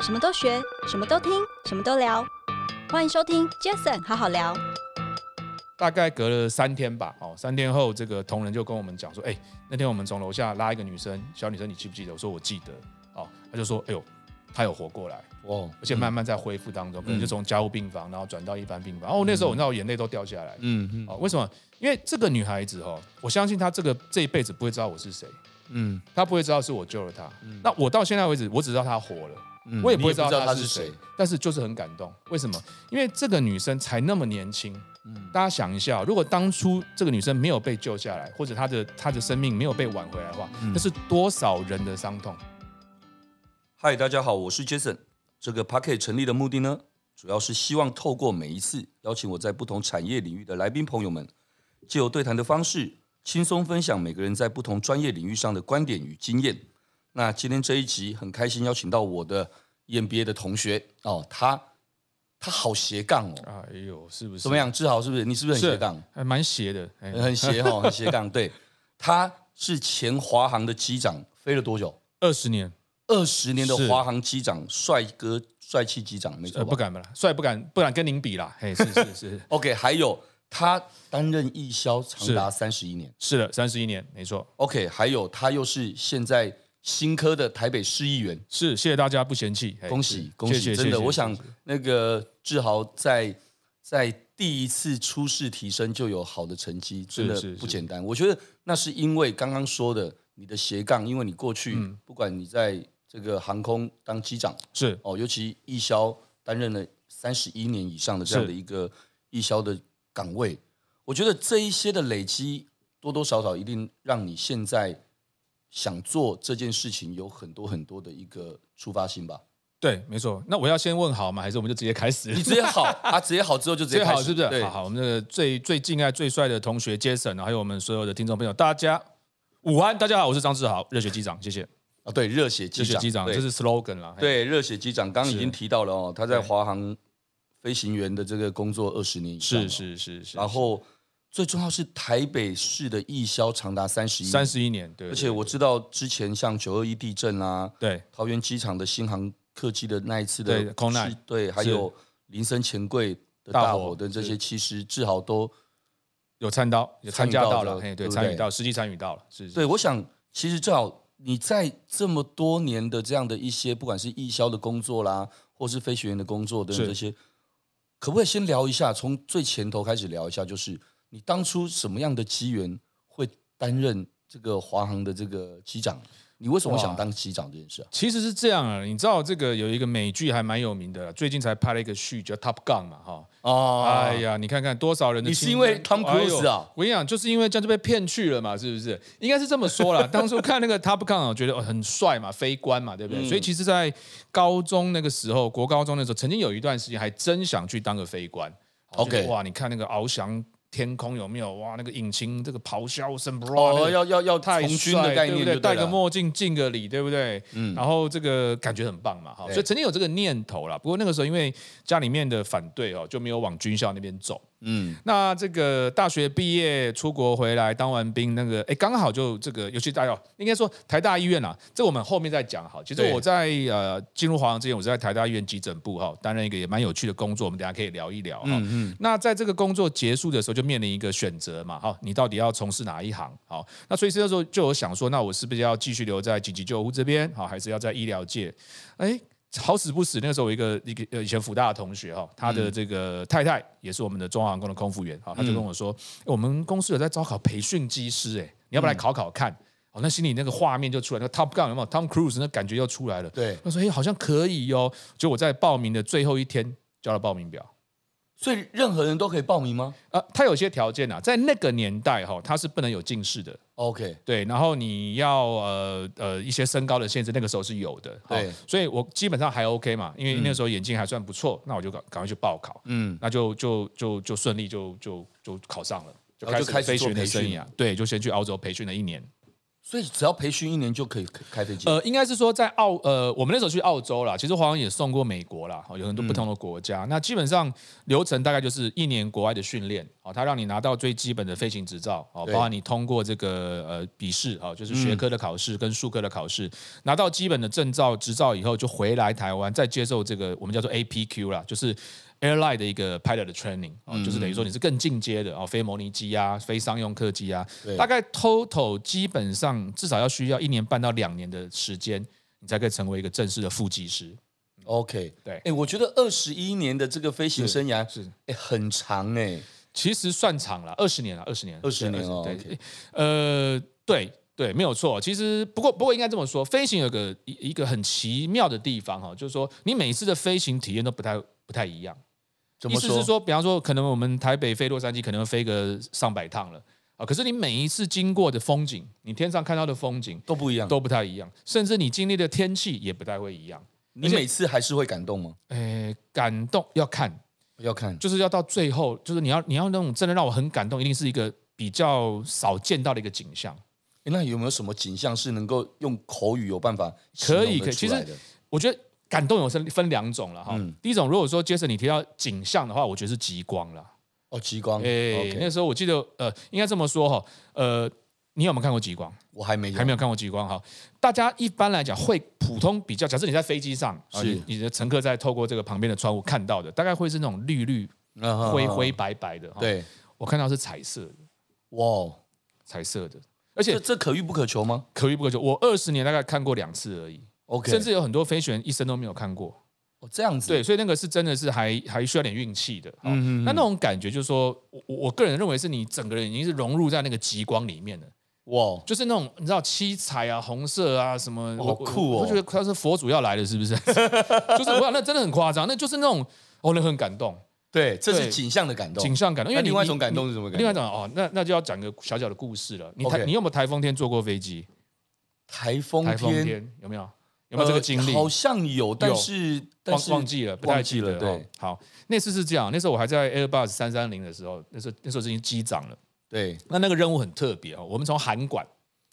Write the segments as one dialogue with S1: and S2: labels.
S1: 什么都学，什么都听，什么都聊。欢迎收听 Jason 好好聊。
S2: 大概隔了三天吧，哦，三天后这个同仁就跟我们讲说，哎、那天我们从楼下拉一个女生，小女生，你记不记得？我说我记得，哦，他就说，哎呦，她有活过来，
S3: 哦，
S2: 而且慢慢在恢复当中，可能就从家务病房，然后转到一般病房。哦，那时候我那我眼泪都掉下来，
S3: 嗯嗯
S2: 哦，为什么？因为这个女孩子哦，我相信她这个这一辈子不会知道我是谁，
S3: 嗯
S2: 她不会知道是我救了她。那我到现在为止，我只知道她活了。
S3: 嗯
S2: 我也不会知道
S3: 你
S2: 她
S3: 他
S2: 是
S3: 谁
S2: 谁，，但是就是很感动。为什么？因为这个女生才那么年轻。大家想一下，哦如果当初这个女生没有被救下来，或者她的她的生命没有被挽回来的话，那是多少人的伤痛？
S4: 嗨，大家好，我是 Jason。这个 Pocket 成立的目的呢，主要是希望透过每一次邀请我在不同产业领域的来宾朋友们，借由对谈的方式，轻松分享每个人在不同专业领域上的观点与经验。那今天这一集很开心邀请到我的 EMBA 的同学哦，他他好斜杠哦，
S2: 哎呦，是不是？
S4: 怎么？样？志豪是不是？你是不是很斜杠？
S2: 还蛮邪的。哎
S4: 很斜哦，很斜杠。对，他是前华航的机长，飞了多久？
S2: 二十年，
S4: 二十年的
S2: 是
S4: 华航机长，帅哥、帅气机长，没错
S2: 呃，
S4: 吧？
S2: 不敢不敢，帅不敢不敢跟您比啦。哎嘿，是是是
S4: OK，还有他担任义消长达三十一年。
S2: 是的，三十一年，没错。
S4: OK，还有他又是现在新科的台北市议员，
S2: 是，谢谢大家不嫌弃，嘿
S4: 恭
S2: 哎是
S4: 喜恭喜！
S2: 谢谢
S4: 真
S2: 谢
S4: 的，
S2: 谢
S4: 我
S2: 谢
S4: 想
S2: 谢
S4: 那个志豪在在第一次初试提升就有好的成绩，真的
S2: 是是
S4: 不简单。我觉得那是因为刚刚说的你的斜杠，因为你过去、
S2: 嗯
S4: 不管你在这个航空当机长，
S2: 是
S4: 哦，尤其义消担任了三十一年以上的这样
S2: 是
S4: 的一个义消的岗位，我觉得这一些的累积多多少少一定让你现在想做这件事情有很多很多的一个出发心吧。
S2: 对，没错。那我要先问好吗？还是我们就直接开始？
S4: 你直接好啊，直接好之后就直接
S2: 最
S4: 开
S2: 好
S4: 始，
S2: 是不是？
S4: 对，
S2: 好好，我们这个最最敬爱、最帅的同学 Jason，还有我们所有的听众朋友，大家午安，大家好，我是张志豪，热血机长，谢谢，
S4: 啊，对，热血机
S2: 热血
S4: 长，
S2: 机长，
S4: 对
S2: 这是 slogan 啦。嘿，
S4: 对热血机长，刚刚已经
S2: 是
S4: 提到了哦，他在
S2: 对
S4: 华航飞行员的这个工作二十年以上了，哦
S2: 是是是是，
S4: 然后最重要是台北市的义消长达三十一
S2: 三十一年，对，
S4: 而且我知道之前像九二一地震啊，
S2: 对
S4: 桃园机场的新航客机的那一次
S2: 对
S4: 的
S2: 空难
S4: 事对，还有林森钱柜的
S2: 大
S4: 大
S2: 火
S4: 火的这
S2: 是
S4: 些，其实志豪都
S2: 有参到，有参加
S4: 参与到
S2: 到了，
S4: 了
S2: 嘿，对，
S4: 对不
S2: 参与
S4: 对
S2: 到，实际参与到了，是，是
S4: 对。我想，其实志豪你在这么多年的这样的一些，不管是义消的工作啦，或是飞行员的工作等等
S2: 是
S4: 这些，可不可以先聊一下，从最前头开始聊一下，就是你当初什么样的机缘会担任这个华航的这个机长？你为什么会想
S2: 哇
S4: 当机长这件事啊？
S2: 其实是这样啊，你知道这个有一个美剧还蛮有名的啦，最近才拍了一个续叫《Top Gun》嘛，哈，
S4: 哦
S2: 哎呀，你看看多少人的
S4: 你是
S2: 青
S4: 因为
S2: 春
S4: Tom Cruise
S2: 哎
S4: 啊
S2: 呦我跟你讲，就是因为这样就被骗去了嘛，是不是？应该是这么说 啦。当初看那个 Top Gun，我觉得哦很帅嘛，飞官嘛，对
S4: 嗯
S2: 不对？所以其实，在高中那个时候，国高中那时候，曾经有一段时间还真想去当个飞官。哦
S4: OK
S2: 就是哇，你看那个翱翔天空有没有？哇，那个引擎这个咆哮声，哇那
S4: 哦，
S2: 个
S4: 要要要
S2: 太
S4: 从军
S2: 帅
S4: 的概
S2: 对不
S4: 念就
S2: 对？戴
S4: 了
S2: 个墨镜敬个礼，对不对？嗯，然后这个感觉很棒嘛，哈，
S4: 对
S2: 所以曾经有这个念头啦。不过那个时候因为家里面的反对哦，就没有往军校那边走。
S4: 嗯，
S2: 那这个大学毕业出国回来当完兵，那个哎刚好就这个，尤其大家应该说台大医院啊，这我们后面再讲好。其实
S4: 对
S2: 我在呃进入华航之前，我是在台大医院急诊部哈担任一个也蛮有趣的工作，我们等一下可以聊一聊哈。那在这个工作结束的时候，就面临一个选择嘛，哈，你到底要从事哪一行？好，那所以那时候就有想说，那我是不是要继续留在紧急救护这边，好，还是要在医疗界？哎。好死不死，那个时候我一个一个呃以前福大的同学哈，他的这个太太也是我们的中华航空的空服员哈，他就跟我说，哎我们公司有在招考培训机师，哎，你要不要来考考看？哦，那心里那个画面就出来，那个 Top Gun 有没有 Tom Cruise 那感觉又出来了。
S4: 对，
S2: 他说，哎，好像可以哦。就我在报名的最后一天交了报名表，
S4: 所以任何人都可以报名吗
S2: 啊，它有些条件啊，在那个年代哈、它是不能有近视的，
S4: ？OK，
S2: 对，然后你要呃呃一些身高的限制，那个时候是有的，好
S4: 对
S2: 所以我基本上还 OK 嘛，因为那时候眼睛还算不错，那我就赶赶快去报考，
S4: 嗯，
S2: 那就就就就顺利就就就考上了，就
S4: 哦然后就开始
S2: 飞
S4: 做
S2: 行员的
S4: 培
S2: 生
S4: 训
S2: 涯，对，就先去澳洲培训了一年，
S5: 所以只要培训一年就可以开开飞机。
S2: 呃，应该是说在澳呃，我们那时候去澳洲啦，其实黄洋也送过美国啦，哦有很多不同的国家。那基本上流程大概就是一年国外的训练，哦，他让你拿到最基本的飞行执照，哦，
S5: 对
S2: 包含你通过这个呃笔试，哦，就是学科的考试跟术科的考试，拿到基本的证照执照以后，就回来台湾再接受这个我们叫做 APQ 啦，就是。airline 的一个 pilot 的 training 哦，就是等于
S5: 嗯
S2: 说你是更进阶的哦，飞模拟机啊，飞商用客机啊
S5: 对，
S2: 大概 total 基本上至少要需要一年半到两年的时间，你才可以成为一个正式的副技师。
S5: OK，
S2: 对
S5: 哎、我觉得二十一年的这个飞行生涯
S2: 是是
S5: 哎、很长哎、
S2: 其实算长了，二十年了，二十年，
S5: 20
S2: 对
S5: 年哦
S2: 对
S5: OK
S2: 呃，对对，没有错。其实不过不过应该这么说，飞行有个一一个很奇妙的地方哈、哦，就是说你每次的飞行体验都不太不太一样。
S5: 怎
S2: 意
S5: 么
S2: 思是说，比方说，可能我们台北飞洛杉矶，可能飞个上百趟了啊。可是你每一次经过的风景，你天上看到的风景
S5: 都不一样，
S2: 都不太一样，甚至你经历的天气也不太会一样。
S5: 你每次还是会感动吗？
S2: 诶，感动要看，
S5: 要看，
S2: 就是要到最后，就是你要你要那种真的让我很感动，一定是一个比较少见到的一个景象。
S5: 哎那有没有什么景象是能够用口语有办法
S2: 可
S5: 形容
S2: 以
S5: 得
S2: 可以其
S5: 出来
S2: 实
S5: 的
S2: 我觉得感动有分分两种了哈。
S5: 嗯
S2: 第一种，如果说 Jason 你提到景象的话，我觉得是极光啦。
S5: 哦，极光，
S2: 诶，
S5: OK
S2: 哎那时候我记得，呃，应该这么说哈，呃，你有没有看过极光？
S5: 我还没有，
S2: 还没有看过极光哈。大家一般来讲会普通比较，假设你在飞机上，啊
S5: 是
S2: 你你的乘客在透过这个旁边的窗户看到的，大概会是那种绿绿、
S5: 有
S2: 灰灰，白白的。哈，
S5: 嗯对，
S2: 我看到是彩色的，
S5: 哇哦，
S2: 彩色的，而且
S5: 这这可遇不可求吗
S2: 可遇不可求。我二十年大概看过两次而已，
S5: ？OK，
S2: 甚至有很多飞行员一生都没有看过。
S5: 哦这样子，
S2: 对，所以那个是真的是还还需要点运气的。哦
S5: 嗯嗯嗯
S2: 那那种感觉就是说，我我我个人认为是你整个人已经是融入在那个极光里面了。
S5: 哇哦，
S2: 就是那种你知道七彩啊、红色啊什么，
S5: 哦
S2: 我
S5: 酷哦
S2: 我我觉得他是佛祖要来了，是不是？ 就是我想那真的很夸张，那就是那种哦，那很感动，
S5: 对，这是
S2: 对
S5: 景象的感动，
S2: 景象感动。因
S5: 那
S2: 为你
S5: 另外一
S2: 你
S5: 种感动
S2: 你
S5: 是什么感
S2: 另外一种哦，那那就要讲个小小的故事了。你台
S5: OK
S2: 你有没有台风天坐过飞机？
S5: 台风
S2: 台风
S5: 天。
S2: 天有没有？有没有这个经
S5: 呃
S2: 历？
S5: 好像有，但是但
S2: 忘
S5: 是
S2: 忘记了，不
S5: 忘
S2: 太
S5: 记
S2: 记
S5: 了。
S2: 得哦
S5: 对。
S2: 好，那次是这样，那时候我还在 Airbus 三三零的时候，那时候那时候已经机长了。
S5: 对，
S2: 那那个任务很特别哦，我们从韩馆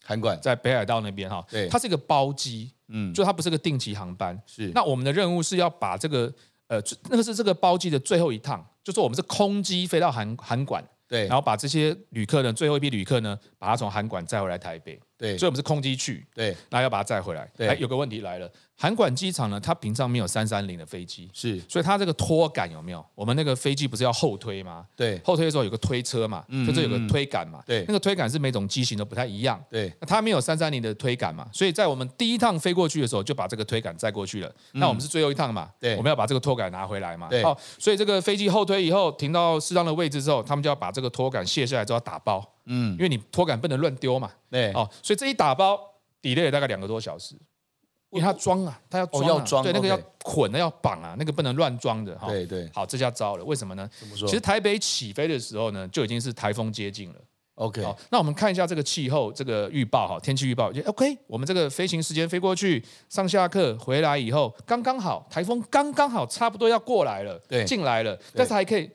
S5: 韩馆
S2: 在北海道那边哈
S5: 对，
S2: 它是一个包机，
S5: 嗯
S2: 就它不是个定期航班。
S5: 是
S2: 那我们的任务是要把这个呃，最那个是这个包机的最后一趟，就说我们是空机飞到韩韩馆，
S5: 对，
S2: 然后把这些旅客呢，最后一批旅客呢，把他从韩馆载回来台北，
S5: 对
S2: 所以我们是空机去，
S5: 对
S2: 然后要把他载回来。
S5: 对
S2: 哎，有个问题来了，韩馆机场呢，它平常没有三三零的飞机，
S5: 是，
S2: 所以它这个拖杆有没有？我们那个飞机不是要后推吗？
S5: 对
S2: 后推的时候有个推车嘛，
S5: 嗯
S2: 就是有个
S5: 嗯
S2: 推杆嘛，
S5: 对
S2: 那个推杆是每种机型都不太一样，
S5: 对
S2: 那它没有三三零的推杆嘛，所以在我们第一趟飞过去的时候，就把这个推杆载过去了。那我们是最后一趟嘛，
S5: 嗯对
S2: 我们要把这个拖杆拿回来嘛。
S5: 对
S2: 好，所以这个飞机后推以后，停到适当的位置之后，他们就要把这个拖杆卸下来之后打包，
S5: 嗯
S2: 因为你拖杆不能乱丢嘛。
S5: 对
S2: 哦，所以这一打包 delay 了大概两个多小时，因为它装啊，它要装、啊
S5: 哦要装
S2: 对，那
S5: OK
S2: 个要捆的要绑啊，那个不能乱装的哈。
S5: 对对，
S2: 好，这下糟了，为什么呢？
S5: 怎么说？
S2: 其实台北起飞的时候呢，就已经是台风接近了。
S5: OK，
S2: 好，那我们看一下这个气候这个预报哈，天气预报就 OK。我们这个飞行时间飞过去，上下课回来以后，刚刚好，台风刚刚好，差不多要过来了，
S5: 对
S2: 进来了，但是还可以，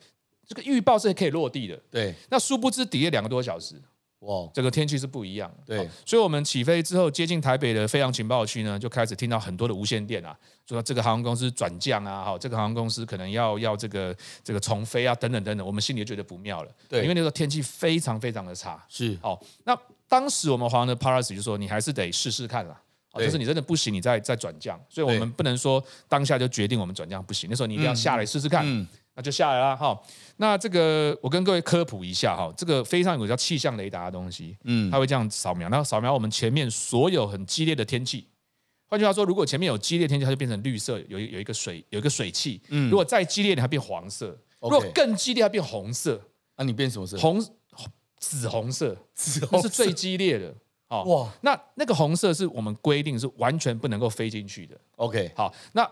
S2: 这个预报是可以落地的。
S5: 对，
S2: 那殊不知，底下两个多小时，
S5: 哇，
S2: 这个天气是不一样的。
S5: 对
S2: 好所以我们起飞之后，接近台北的飞航情报区呢，就开始听到很多的无线电啊，说这个航空公司转降啊，好，这个航空公司可能要要这个这个重飞啊，等等等等，我们心里就觉得不妙了。
S5: 对
S2: 因为那时候天气非常非常的差。
S5: 是
S2: 好，那当时我们华航的 Paris 就说，你还是得试试看啦。哦
S5: 对
S2: 就是你真的不行，你再再转降，所以我们不能说当下就决定我们转降不行，那时候你一定要下来试试看，
S5: 嗯
S2: 那就下来了哈。那这个我跟各位科普一下哈，这个飞上有个叫气象雷达的东西，
S5: 嗯
S2: 它会这样扫描，然后扫描我们前面所有很激烈的天气。换句话说，如果前面有激烈天气，它就变成绿色，有一有一个水有一个水汽。
S5: 嗯
S2: 如果再激烈，它变黄色；如
S5: OK
S2: 果更激烈，它变红色，
S5: 那你变什么色？
S2: 红紫红色，
S5: 紫
S2: 那是最激烈的。哦，
S5: 哇
S2: 那那个红色是我们规定是完全不能够飞进去的。
S5: OK，
S2: 好，那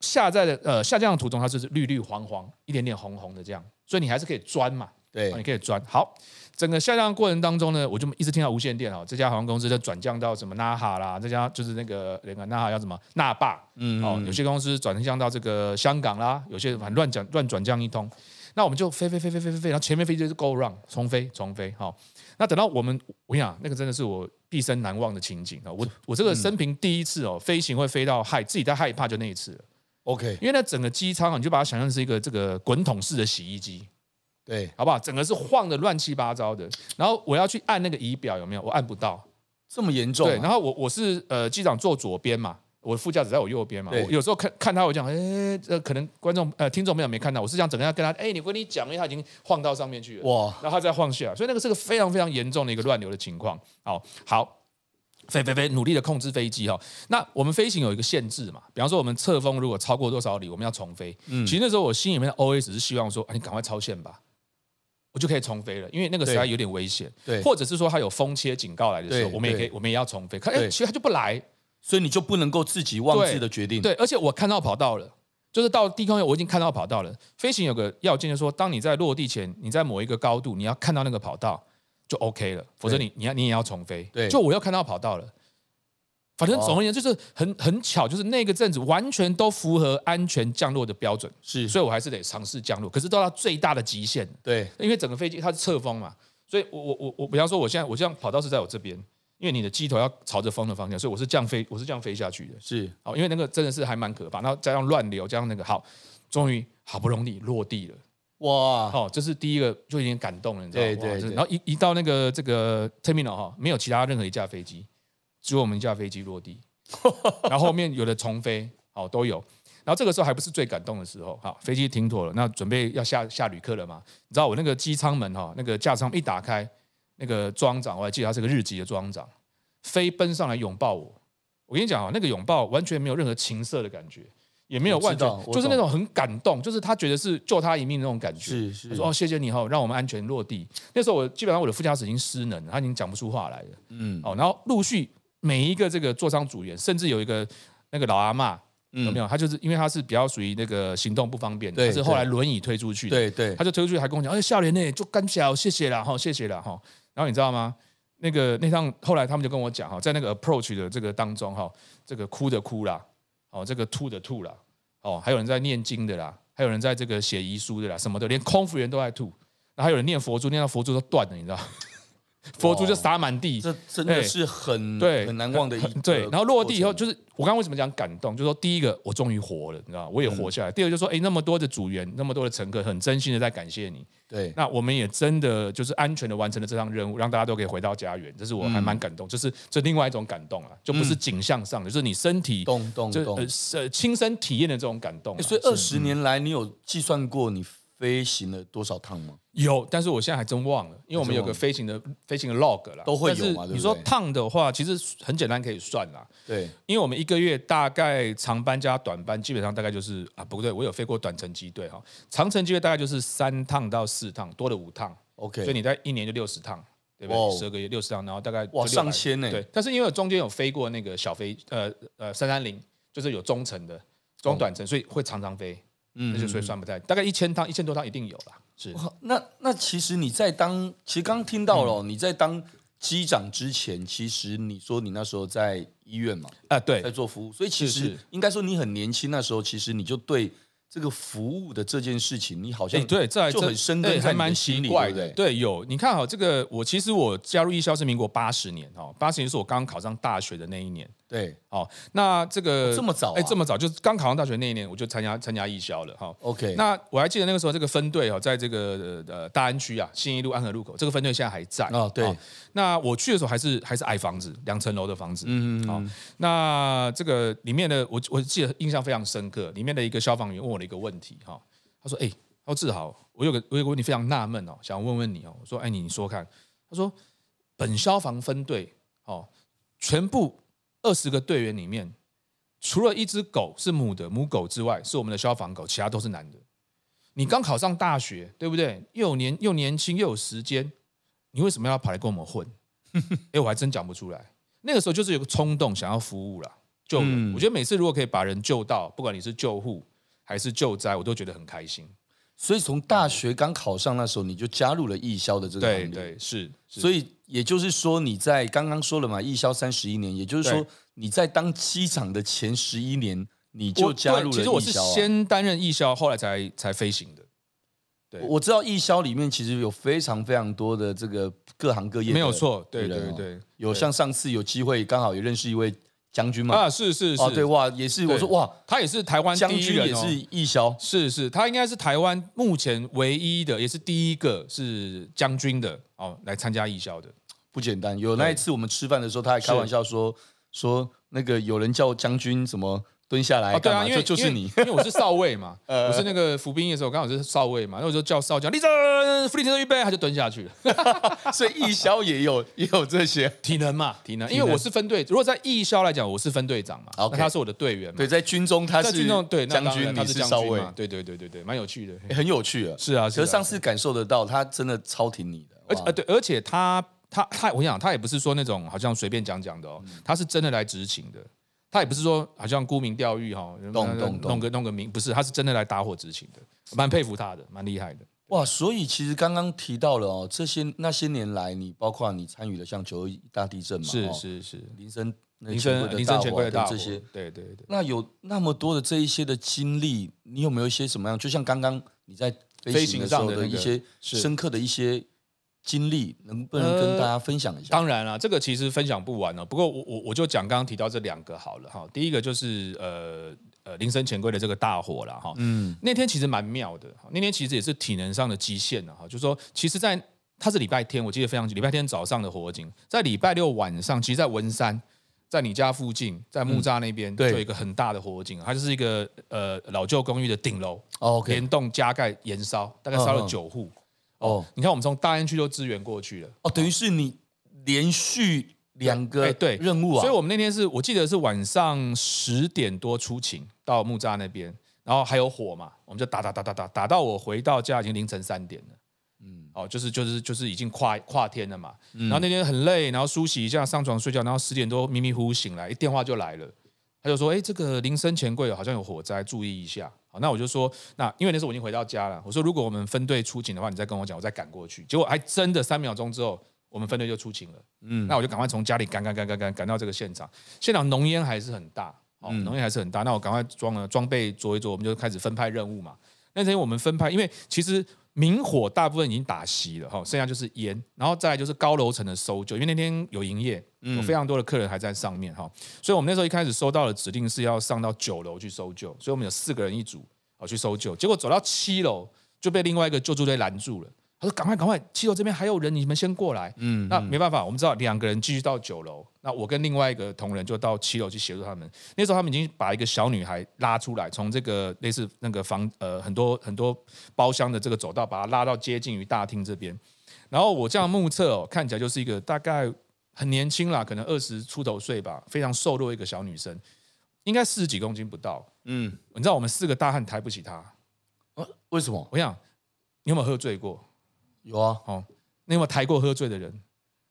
S2: 下在的呃下降的途中，它就是绿绿黄黄，一点点红红的这样，所以你还是可以钻嘛，
S5: 对
S2: 哦你可以钻。好，整个下降的过程当中呢，我就一直听到无线电哦，这家航空公司在转降到什么纳哈啦，这家就是那个那个纳哈叫什么纳霸，
S5: 嗯
S2: 哦，有些公司转降到这个香港啦，有些反正乱讲乱转降一通。那我们就飞飞飞飞飞飞飞，然后前面飞机就是 go round 重飞重飞，好、那等到我们，我跟你讲，那个真的是我毕生难忘的情景 啊！我我这个生平第一次哦，飞行会飞到害自己在害怕就那一次了，
S4: OK，
S2: 因为那整个机舱啊，你就把它想象是一个这个滚筒式的洗衣机，
S4: 对，
S2: 好不好？整个是晃的乱七八糟的，然后我要去按那个仪表有没有？我按不到，
S4: 这么严重、啊
S2: 对，
S5: 啊
S2: 然后我我是呃机长坐左边嘛，我的副驾驶在我右边嘛。
S4: 对
S2: 我有时候看看他，我讲，哎、呃，可能观众呃听众朋友没看到，我是想整个要跟他，哎、你我跟你讲，因为他已经晃到上面去了，
S4: 哇，
S2: 然后他再晃下来，所以那个是个非常非常严重的一个乱流的情况。好，好。飞飞飞，努力的控制飞机哈、哦。那我们飞行有一个限制嘛，比方说我们侧风如果超过多少里，我们要重飞。
S4: 嗯
S2: 其实那时候我心里面的 OS 是希望说，啊，你赶快超限吧，我就可以重飞了，因为那个实在
S4: 对
S2: 有点危险。
S4: 对
S2: 或者是说它有风切警告来的时候，
S4: 对
S2: 我们也可以
S4: 对，
S2: 我们也要重飞。可哎、
S4: 对
S2: 其实它就不来。
S4: 所以你就不能够自己妄自的决定，
S2: 对，而且我看到跑道了，就是到低空，我已经看到跑道了。飞行有个要件，就是说，当你在落地前，你在某一个高度，你要看到那个跑道就 OK 了，否则你你要你也要重飞。
S4: 对
S2: 就我要看到跑道了。反正总而言之，就是很很巧，就是那个阵子完全都符合安全降落的标准，
S4: 是，
S2: 所以我还是得尝试降落，可是到到最大的极限。
S4: 对，
S2: 因为整个飞机它是侧风嘛，所以我我我我，比方说我现在我这样跑道是在我这边，因为你的机头要朝着风的方向，所以我是这样飞，我是这样飞下去的。
S4: 是，
S2: 好，哦因为那个真的是还蛮可怕，然后加上乱流，加上那个好，终于好不容易落地了。
S4: 哇，
S2: 哦，这是第一个就有点感动了，你知道吗？
S4: 啊对对
S2: 哇真的
S4: 对
S2: 然后一一到那个这个 terminal 哈、没有其他任何一架飞机，只有我们一架飞机落 地，然后后面有的重飞，哦都有。然后这个时候还不是最感动的时候，好，飞机停妥了，那准备要下下旅客了嘛？你知道我那个机舱门哈、那个架舱一打开，那个庄长我还记得他是个日籍的庄长，飞奔上来拥抱我。我跟你讲啊、那个拥抱完全没有任何情色的感觉，也没有
S4: 我知
S2: 万
S4: 道
S2: 全，
S4: 我
S2: 就是那种
S4: 懂
S2: 很感动，就是他觉得是救他一命那种感觉。
S4: 是
S2: 他
S4: 是，
S2: 说：“哦，谢谢你哈、让我们安全落地。”那时候我基本上我的副驾驶已经失能了，他已经讲不出话来了。
S4: 嗯
S2: 哦，然后陆续每一个这个座舱组员，甚至有一个那个老阿嬷，有没
S4: 嗯，
S2: 有？她就是因为她是比较属于那个行动不方便的，
S4: 对
S2: 她是后来轮椅推出去的。
S4: 对对
S2: 她，就推出去还跟我讲：“哎，笑脸呢，就干小，谢谢啦，哈、谢谢啦，哈、然后你知道吗？那个那趟后来他们就跟我讲哈、在那个 approach 的这个当中哈、这个哭的哭啦，哦，这个吐的吐啦，哦，还有人在念经的啦，还有人在这个写遗书的啦，什么的，连空服员都在吐，然后还有人念佛珠，念到佛珠都断了，你知道， 佛珠就洒满地，
S4: 这真的
S2: 哎
S4: 是很
S2: 对，
S4: 很难忘的一
S2: 很
S4: 个
S2: 对，然后落地以后，
S4: 过程
S2: 就是我刚刚为什么讲感动，就是说第一个我终于活了，你知道吗，我也活
S4: 嗯
S2: 下来。第二个就是说，哎，那么多的组员，那么多的乘客，很真心的在感谢你。
S4: 对
S2: 那我们也真的就是安全的完成了这项任务，让大家都可以回到家园，这是我还蛮感
S4: 嗯
S2: 动，这是这另外一种感动啊，就不是景象上的，就是你身体
S4: 动动
S2: 就
S4: 动
S2: 呃，是呃亲身体验的这种感动啊、
S4: 哎所以
S2: 是
S4: 二十年来，你有计算过你飞行了多少趟吗？
S2: 有，但是我现在还真忘了，因为我们有个飞行的飞行的 log 啦，
S4: 都会有
S2: 但是
S4: 嘛对不
S2: 你说
S4: 对
S2: 烫的话，其实很简单可以算啦，
S4: 对，
S2: 因为我们一个月大概长班加短班，基本上大概就是啊，不对，我有飞过短程机队哈，长程机队大概就是三趟到四趟，多了五趟，
S4: OK，
S2: 所以你在一年就六十趟，对不
S4: 哇哦
S2: 对？十二个月六十趟，然后大概
S4: 哇
S2: 就600
S4: 上千呢
S2: 对，但是因为我中间有飞过那个小飞呃呃三三零，就是有中程的中短程，所以会常常飞，
S4: 哦嗯
S2: 那就所以算不太，大概一千趟一千多趟一定有啦，是
S4: 哇那那其实你在当，其实刚听到了
S2: 嗯
S4: 哦、你在当机长之前，其实你说你那时候在医院嘛，
S2: 啊
S4: 在
S2: 对
S4: 做服务，所以其
S2: 是
S4: 实
S2: 是
S4: 应该说你很年轻，那时候其实你就对这个服务的这件事情，你好像
S2: 哎，对，这还
S4: 就
S2: 真
S4: 很深
S2: 对
S4: 根在
S2: 还
S4: 你的
S2: 蛮
S4: 心
S2: 奇
S4: 里，
S2: 怪
S4: 对不
S2: 的。
S4: 对？
S2: 对，有你看好这个，我其实我加入艺校是民国八十年哦，八十年是我刚考上大学的那一年。
S4: 对
S2: 哦，那这个、
S4: 哦这么早啊
S2: 哎，这么早就是刚考上大学那一年，我就参加参加艺校了哈。哦
S4: OK，
S2: 那我还记得那个时候，这个分队哦，在这个呃呃大安区啊，新一路安和路口，这个分队现在还在
S4: 哦对
S2: 那我去的时候还是还是矮房子，两层楼的房子。嗯嗯。好、那这个里面的我我记得印象非常深刻，里面的一个消防员问我的一个问题哈、他说：“哎、他说志豪，我有个我有个问题非常纳闷哦，想问问你哦。”我说：“哎、你你说看。”他说：“本消防分队哦，全部二十个队员里面，除了一只狗是母的母狗之外，是我们的消防狗，其他都是男的。你刚考上大学，对不对？又年又年轻又有时间，你为什么要跑来跟我们混？哎、我还真讲不出来。那个时候就是有个冲动，想要服务啦，救人。
S4: 嗯
S2: 我觉得每次如果可以把人救到，不管你是救护还是救灾，我都觉得很开心。
S4: 所以从大学刚考上那时候，你就加入了义消的这个行
S2: 对
S4: 列，
S2: 对是，
S4: 所
S2: 以
S4: 以也就是说，你在刚刚说了嘛，义消三十一年，也就是说
S2: 对
S4: 你在当机长的前十一年，你就加入了
S2: 其实我
S4: 义
S2: 是
S4: 消、啊。
S2: 先担任义消，后来才才飞行的。对
S4: 我我知道义销里面其实有非常非常多的这个各行各业，
S2: 没有，错，对
S4: 对
S2: 对
S4: 哦
S2: 对
S4: 有像上次有机会刚好也认识一位将军嘛，
S2: 啊，是是
S4: 哦对
S2: 是，
S4: 哇，也是
S2: 对
S4: 我说哇，
S2: 他也是台湾
S4: 将
S2: 第一
S4: 军
S2: 人
S4: 也
S2: 哦
S4: 是义销，
S2: 是是，他应该是台湾目前唯一的，也是第一个是将军的哦，来参加义消的。
S4: 不简单。有那一次我们吃饭的时候，他还开
S2: 是
S4: 玩笑说说那个有人叫将军什么蹲下来
S2: 哦，对
S4: 干
S2: 啊，
S4: 嘛，
S2: 因
S4: 就
S2: 为
S4: 就是你
S2: 因，为，因为我是少尉嘛，我是那个服兵役的时候刚好是少尉嘛，那我就叫少将，立正，伏地挺身预备，他就蹲下去了。
S4: 所以义消也 有也有这些。
S2: 体能嘛，体能，因
S4: 体
S2: 为
S4: 能
S2: 我是分队，如果在义消来讲，我是分队长嘛，那
S4: OK
S2: 他是我的队员嘛，
S4: 对，在军中他
S2: 在
S4: 是
S2: 军中对那
S4: 将
S2: 当然
S4: 军，
S2: 他
S4: 你
S2: 是
S4: 是
S2: 将
S4: 少
S2: 军
S4: 尉
S2: 嘛，，对对对对对，蛮有趣的。
S4: 欸很有趣啊。
S2: 是啊，
S4: 可
S2: 是
S4: 是上
S2: 啊，
S4: 次感受得到，他真的超挺你的，
S2: 而且
S4: 哇
S2: 呃对，而且他他他，我想他也不是说那种好像随便讲讲的哦，他是真的来执勤的。他也不是说好像沽名钓誉哈，
S4: 懂懂懂
S2: 弄个弄个名，不是，他是真的来打火执勤的，蛮佩服他的，蛮厉害的。
S4: 哇！所以其实刚刚提到了哦，这些那些年来，你包括你参与了像九二一大地震嘛，
S2: 是
S4: 哦，
S2: 是是，
S4: 林森那
S2: 林
S4: 权贵
S2: 森
S4: 的
S2: 林森
S4: 大
S2: 权
S4: 火
S2: 贵的
S4: 跟
S2: 大火
S4: 这些，，
S2: 对对对。
S4: 那有那么多的这一些的经历，你有没有一些什么样？就像刚刚你在飞
S2: 飞行
S4: 行的时候
S2: 上的
S4: 的
S2: 那
S4: 一
S2: 个
S4: 些
S2: 是
S4: 深刻的一些经历，能不能跟
S2: 呃
S4: 大家分享一下？
S2: 当然了，这个其实分享不完哦。不过我我我就讲刚刚提到这两个好了哈。第一个就是呃呃林森钱柜的这个大火了哈。嗯，那天其实蛮妙的，哈那天其实也是体能上的极限了哈。就是说，其实在它是礼拜天，我记得非常清礼拜天早上的火警，在礼拜六晚上，其实在文山。在你家附近，在木栅那边、
S4: 对
S2: 就有一个很大的火警，啊它就是一个呃老旧公寓的顶楼，
S4: 哦，OK，
S2: 联动加盖延烧，大概烧
S4: 嗯
S2: 了
S4: 嗯
S2: 九户。
S4: 哦
S2: 你看，我们从大安区就支援过去了。
S4: 哦，等于是你连续两
S2: 哎
S4: 个
S2: 对
S4: 任务啊，
S2: 所以我们那天是我记得是晚上十点多出勤到木栅那边，然后还有火嘛，我们就打打打打打打到我回到家已经凌晨三点了。嗯，哦，就是就是就是已经跨跨天了嘛，
S4: 嗯
S2: 然后那天很累，然后梳洗一下，上床睡觉，然后十点多迷迷糊糊醒来，一电话就来了，他就说：“哎，这个林森钱柜好像有火灾，注意一下。”好，那我就说，那因为那时候我已经回到家了，我说如果我们分队出警的话，你再跟我讲，我再赶过去。结果还真的三秒钟之后，我们分队就出勤了。嗯，那我就赶快从家里赶赶赶赶赶赶到这个现场，现场浓烟还是很大，哦，浓烟还是很大。那我赶快装了装备着一着，我们就开始分派任务嘛。那天我们分派，因为其实明火大部分已经打熄了哈，哦剩下就是烟，然后再来就是高楼层的搜救，因为那天有营业，有非常多的客人还在上面哈，所以我们那时候一开始收到的指令是要上到九楼去搜救，所以我们有四个人一组好去搜救，结果走到七楼就被另外一个救助队拦住了。他说：“赶快，赶快！七楼这边还有人，你们先过来。”嗯，那没办法，我们知道两个人继续到九楼，那我跟另外一个同仁就到七楼去协助他们。那时候他们已经把一个小女孩拉出来，从这个类似那个房呃很多很多包厢的这个走道，把她拉到接近于大厅这边。然后我这样目测哦，看起来就是一个大概很年轻啦，可能二十出头岁吧，非常瘦弱一个小女生，应该四十几公斤不到。
S4: 嗯，
S2: 你知道我们四个大汉抬不起她。
S4: 啊为什么
S2: 我想，你有没有喝醉过？
S4: 有啊？
S2: 哦，你有没有抬过喝醉的人？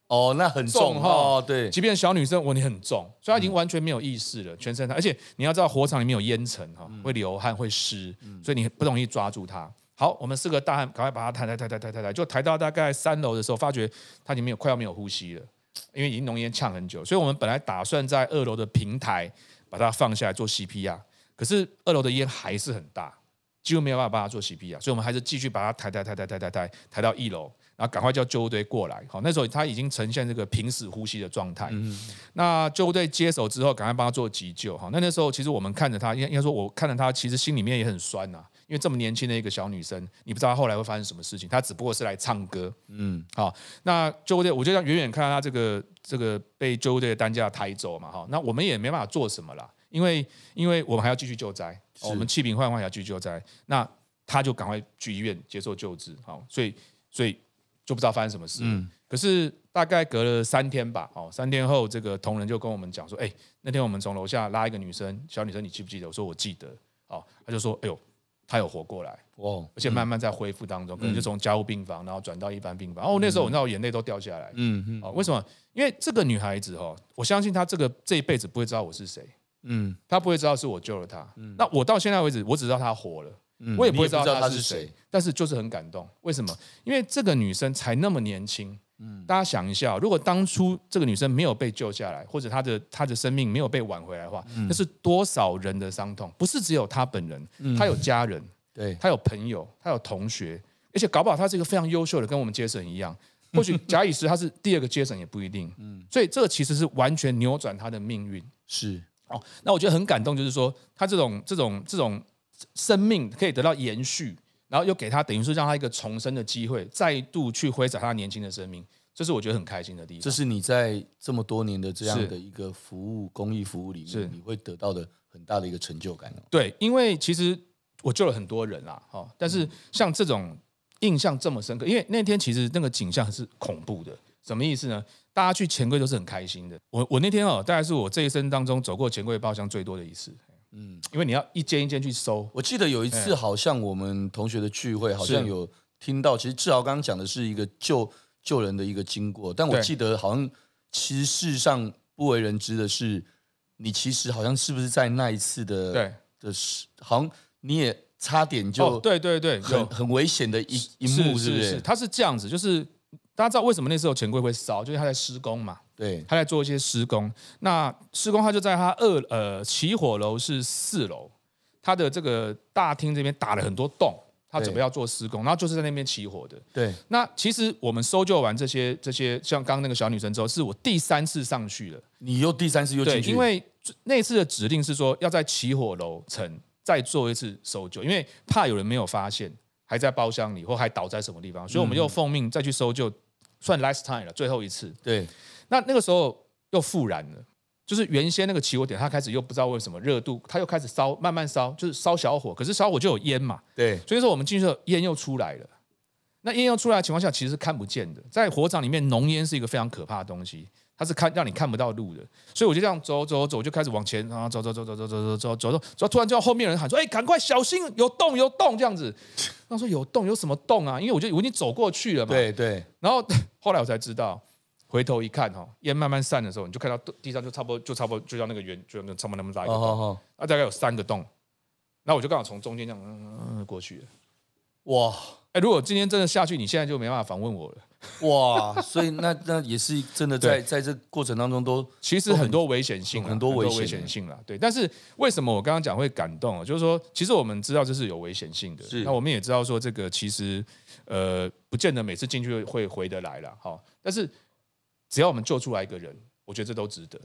S4: 哦，那很重
S2: 重
S4: 哦
S2: 哦，
S4: 对，
S2: 即便小女生，我你很重，所以她已经完全没有意识了，全身她，而且你要知道火场里面有烟尘哈，会流汗会湿，所以你不容易抓住她。好，我们四个大汉赶快把她抬抬抬抬抬抬抬，就抬到大概三楼的时候，发觉她已经没有快要没有呼吸了，因为已经浓烟呛很久，所以我们本来打算在二楼的平台把它放下来做 CPR，可是二楼的烟还是很大，几乎没有办法帮他做 CPR，所以我们还是继续把他抬抬抬抬抬抬抬抬到一楼，然后赶快叫救护队过来。好，那时候他已经呈现这个平死呼吸的状态。那救护队接手之后，赶快帮他做急救。哈，那那时候其实我们看着他，应该应该说，我看着他，其实心里面也很酸呐、因为这么年轻的一个小女生，你不知道她后来会发生什么事情。她只不过是来唱歌，嗯，好。那救护队，我就这样远远看到她这个这个被救护队的担架抬走嘛，哈。那我们也没办法做什么啦，因为因为我们还要继续救灾，哦我们气瓶换换也要继续救灾。那她就赶快去医院接受救治，好，所以所以就不知道发生什么事。
S4: 嗯
S2: 可是大概隔了三天吧，哦，三天后，这个同仁就跟我们讲说，哎、那天我们从楼下拉一个女生，小女生，你记不记得？我说我记得。哦，他就说，哎呦，她有活过来，
S4: 哇，
S2: 而且慢慢在恢复当
S4: 嗯
S2: 中，可能就从家务病房，然后转到一般病房。哦，那时候我那我眼泪都掉下来。
S4: 嗯嗯
S2: 哦，为什么？因为这个女孩子哦，我相信她这个这一辈子不会知道我是谁，
S4: 嗯，
S2: 她不会知道是我救了她。那我到现在为止，我只知道她活了。
S4: 嗯
S2: 嗯我也不会
S4: 你
S2: 道她
S4: 是
S2: 谁，，但是就是很感动。为什么？因为这个女生才那么年轻。大家想一下，哦如果当初这个女生没有被救下来，或者她的她的生命没有被挽回来的话，那是多少人嗯的伤痛？不是只有她本人，她有家人，
S4: 对，
S2: 她有朋友，她有同学。哎、而且搞不好他是一个非常优秀的，跟我们杰森一 样。或许假以时他是第二个杰森也不一定。嗯，所以这个其实是完全扭转他的命运。
S4: 是
S2: 哦，那我觉得很感动，就是说他这种这种这种生命可以得到延续，然后又给他等于是让他一个重生的机会，再度去挥洒他年轻的生命，这是我觉得很开心的地方。
S4: 这是你在这么多年的
S2: 是
S4: 这样的一个服务公益服务里
S2: 是
S4: 面，你会得到的很大的一个成就感哦。
S2: 对，因为其实我救了很多人啦，哦，但是像这种印象这么深刻，因为那天其实那个景象是恐怖的，什么意思呢？大家去钱柜都是很开心的。我我那天哦，大概是我这一生当中走过钱柜包厢最多的一次。嗯，因为你要一间一间去搜，
S4: 我记得有一次，好像我们同学的聚会，好像
S2: 哎是
S4: 有听到，其实志豪刚刚讲的是一个救救人的一个经过，但我
S2: 对
S4: 记得好像其实事实上不为人知的是，你其实好像是不是在那一次的
S2: 对
S4: 的事，好像你也差点
S2: 哦
S4: 就，
S2: 对对对，
S4: 很、
S2: 有
S4: 很危险的一一幕，是不
S2: 是是，它是这样子，就是大家知道为什么那时候钱柜会烧，就是他在施工嘛，
S4: 对，
S2: 他在做一些施工。那施工他就在他二呃起火楼是四楼，他的这个大厅这边打了很多洞，他准备
S4: 对
S2: 要做施工，然后就是在那边起火的。
S4: 对，
S2: 那其实我们搜救完这些这些，像刚刚那个小女生之后，是我第三次上去了。
S4: 你又第三次又
S2: 对，
S4: 进去，
S2: 因为那次的指令是说要在起火楼层再做一次搜救，因为怕有人没有发现，还在包厢里或还倒在什么地方，所以我们又奉命再去搜救，算 last time 了，最后一次。
S4: 对
S2: 那那个时候又复燃了，就是原先那个起火点，它开始又不知道为什么热度，它又开始烧，慢慢烧，就是烧小火，可是小火就有烟嘛，
S4: 对
S2: 所以说我们进去的时候烟又出来了。那烟又出来的情况下，其实是看不见的。在火场里面，浓烟是一个非常可怕的东西，它是看让你看不到路的。所以我就这样走走走，我就开始往前啊，走走走走走走走走走走，走突然就到后面有人喊说：“哎、赶快小心，有洞有洞！”这样子，他说：“有洞有什么洞啊？”因为我就我已经走过去了嘛。
S4: 对对，
S2: 然后 后来我才知道，回头一看哦，烟慢慢散的时候，你就看到地上就差不多，就差不多就像那个圆，就差不多那么大一个
S4: 哦
S2: 洞，
S4: 好好，
S2: 那大概有三个洞。那我就刚好从中间这样、嗯嗯嗯、过去了。
S4: 哇
S2: 哎，如果今天真的下去，你现在就没办法访问我了。
S4: 哇，所以那那也是真的在
S2: 对
S4: 在这过程当中都
S2: 其实很多危险性啦，
S4: 哦很多危险
S2: 危险性啦。对，但是为什么我刚刚讲会感动啊？就是说，其实我们知道这是有危险性的，
S5: 是
S2: 那我们也知道说这个其实呃，不见得每次进去会回得来了，好，但是只要我们救出来一个人，我觉得这都值得，